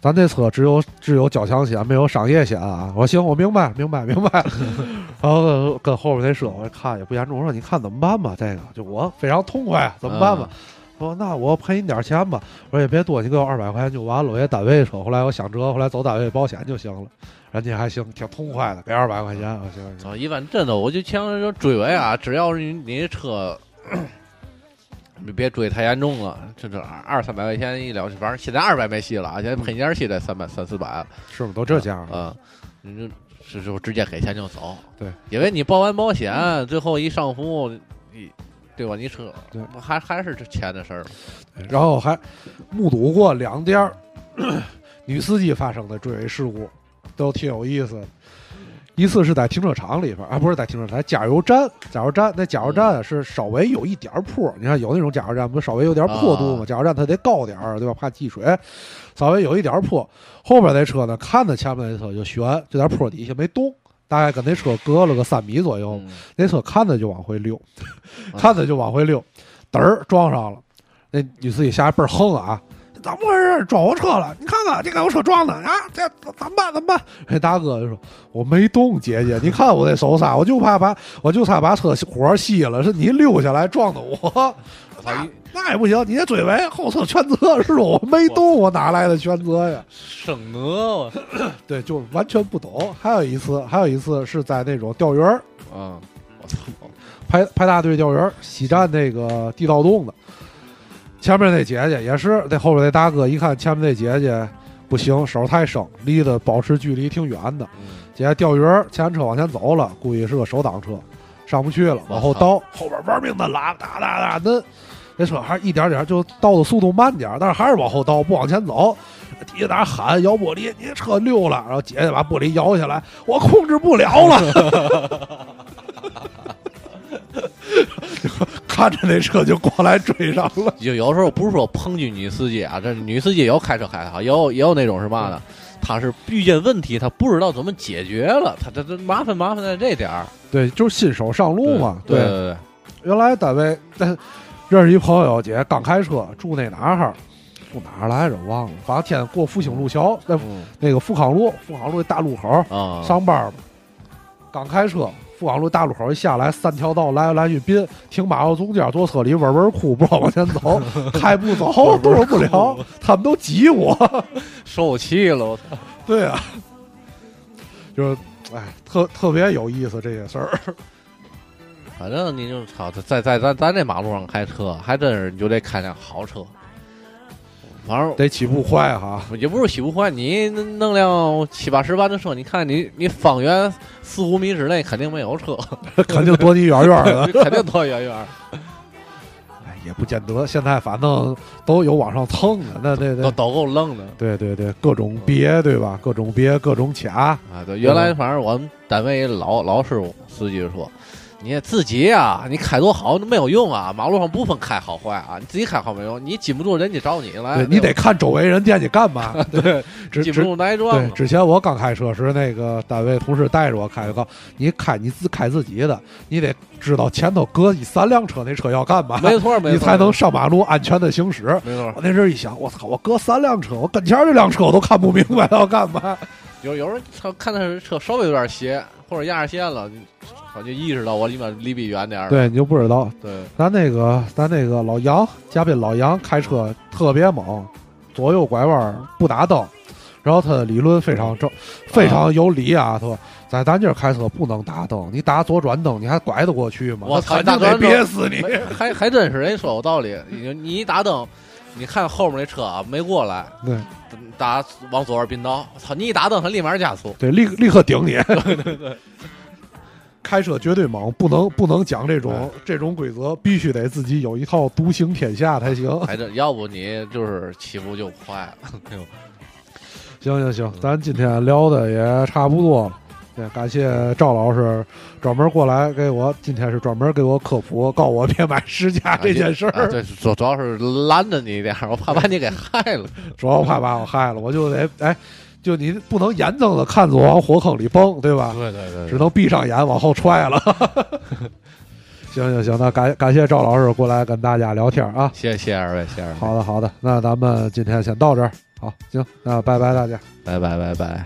S4: 咱这车只有只有交强险，没有商业险啊！我说行，我明白，明白，明白。 <laughs> 然后跟跟后边那车，我看也不严重，我说你看怎么办吧？这个就我非常痛快，啊怎么办吧？说那我赔你点钱吧。我说也别多，你给我二百块钱就完了。我也单位说，后来我想辙，后来走单位保险就行了。人家还行，挺痛快的，给二百块钱，我行行。
S5: 啊，一般真的，我就强说追尾啊，只要是你你车，你别追太严重了，这这二三百块钱一了，反正现在二百没戏了啊，现在赔点戏得三百三四百了
S4: 是吗？都这价了，
S5: 啊，你就这时候直接给钱就走，
S4: 对，
S5: 因为你报完保险，最后一上服，你对吧？你车
S4: 对
S5: 还还是这钱的事儿嘛，
S4: 然后还目睹过两件儿女司机发生的追尾事故，都挺有意思的。一次是在停车场里边儿啊，不是在停车场，在加油站，加油站那加油站啊是稍微有一点儿坡儿，你看有那种加油站不是稍微有点儿坡度吗？
S5: 啊
S4: 加油站它得高点儿，对吧？怕积水，稍微有一点儿坡。后边那车呢，看着前面那车就悬，就在坡底下没动，大概跟那车隔了个三米左右。
S5: 嗯
S4: 那车看着就往回溜， <laughs> 看着就往回溜，嘚儿撞上了。那女司机下来倍儿横啊，怎么回事？撞我车了！你看看，你给我车撞的啊！这怎么办？怎么办？那大哥就说：“我没动，姐姐，你看我这手刹，我就怕把我就差把车火熄了，是你溜下来撞的我。那那也不行，你这追尾后侧全责是我没动，我哪来的全责呀？
S5: 省得啊我，
S4: 对，就完全不懂。还有一次，还有一次是在那种钓鱼儿，
S5: 嗯，我操，
S4: 排排大队钓鱼儿，西站那个地道洞的。前面那姐姐也是，那后边那大哥一看前面那姐姐不行，手太生，离得保持距离挺远的。姐姐钓鱼儿，前车往前走了，估计是个手挡车，上不去了，往后倒，后边玩命的拉，哒哒哒摁。那车还是一点点，就倒的速度慢点，但是还是往后倒，不往前走。底下在那喊摇玻璃，你这车溜了，然后姐姐把玻璃摇下来，我控制不了了。 <laughs> 看着那车就过来追上了。
S5: 有有时候不是说抨击女司机啊，这女司机也有开车开的好，也有也有那种是嘛呢？她是遇见问题，她不知道怎么解决了，她她她麻烦麻烦在这点儿。
S4: 对，就是新手上路嘛。
S5: 对对
S4: 原来单位但认识一朋友，姐刚开车，住那哪儿？住哪儿来着？忘了。反正天天过复兴路桥，那那个富康路，富康路大路口
S5: 对嗯啊，
S4: 上班嘛。刚开车，富康路大路口一下来，三条道来来去并，停马路中间，坐车里嗡嗡哭，不知道往前
S5: <laughs>
S4: 走，开不走，动不了，他们都挤我。
S5: 受气了，我操！
S4: 对啊，就是哎，特特别有意思这些事
S5: <laughs>
S4: 儿。
S5: 反正你就操，在在咱咱这马路上开车，还真是你就得开辆好车。反正
S4: 得起步快哈。
S5: 也不是喜不欢，你弄辆七八十万的车，你看你你方圆四五米之内肯定没有车， <laughs>
S4: <laughs> 肯定躲你远远的，
S5: 肯定多远远，
S4: 哎也不见得。现在反正都有往上蹭的，那那
S5: 都
S4: 那，
S5: 都够愣的。
S4: 对对对，各种憋对吧？各种憋，各种卡，
S5: 啊，对，原来反正我们单位老老师傅司机就说，你自己呀、你开多好没有用啊，马路上不分开好坏啊，你自己开好没用，你禁不住人家找你来，
S4: 对你得看周围人惦记干 <laughs> 嘛。
S5: 对，
S4: 之
S5: 禁不
S4: 之
S5: 住挨撞
S4: 对，
S5: 嘛。
S4: 之前我刚开车时，那个单位同事带着我开，就告你开你自开自己的，你得知道前头隔你三辆车，那车要干嘛，
S5: 没错，没错，
S4: 你才能上马路安全的行驶。
S5: 没错。
S4: 我那时候一想，我操，我隔三辆车，我跟前儿这辆车我都看不明白要干嘛。
S5: 有有人他看他车稍微有点斜或者压着线了，我就意识到我离嘛离比远点儿了。
S4: 对，你就不知道
S5: 对，
S4: 咱那个咱那个老杨嘉宾老杨开车特别猛，左右拐弯不打灯，然后他的理论非常
S5: 啊
S4: 正，非常有理啊。他说在咱这儿开车不能打灯，你打左转灯你还拐得过去吗？
S5: 我
S4: 他肯定得
S5: 操打左转灯
S4: 憋死你。
S5: 还还真是人家说有道理，你你一打灯，你看后面那车啊没过来，
S4: 对
S5: 打往左边并道，我操！你一打灯，他立马加速。
S4: 对，立立刻顶你。对对对， <laughs> 开车绝对猛，不能不能讲这种这种规则，必须得自己有一套独行天下才行。
S5: <laughs> 哎，这要不你就是起步就快了。哎呦
S4: 行行行，咱今天聊的也差不多了。也感谢赵老师专门过来给我，今天是专门给我科普，告我别买十佳这件事
S5: 啊
S4: <laughs> 儿，
S5: 对，主主要是拦着你一点儿，我怕把你给害了。
S4: 主要怕把我害了，我就得哎，就你不能眼睁的看着我往火坑里蹦，对吧？
S5: 对对对
S4: 只能闭上眼往后踹
S5: <laughs>
S4: 了。行行行，那感感谢赵老师过来跟大家聊天啊。
S5: 谢谢谢谢二位，谢谢二位，
S4: 好的好的，那咱们今天先到这儿。好，行，那拜拜大家。
S5: 拜拜拜拜。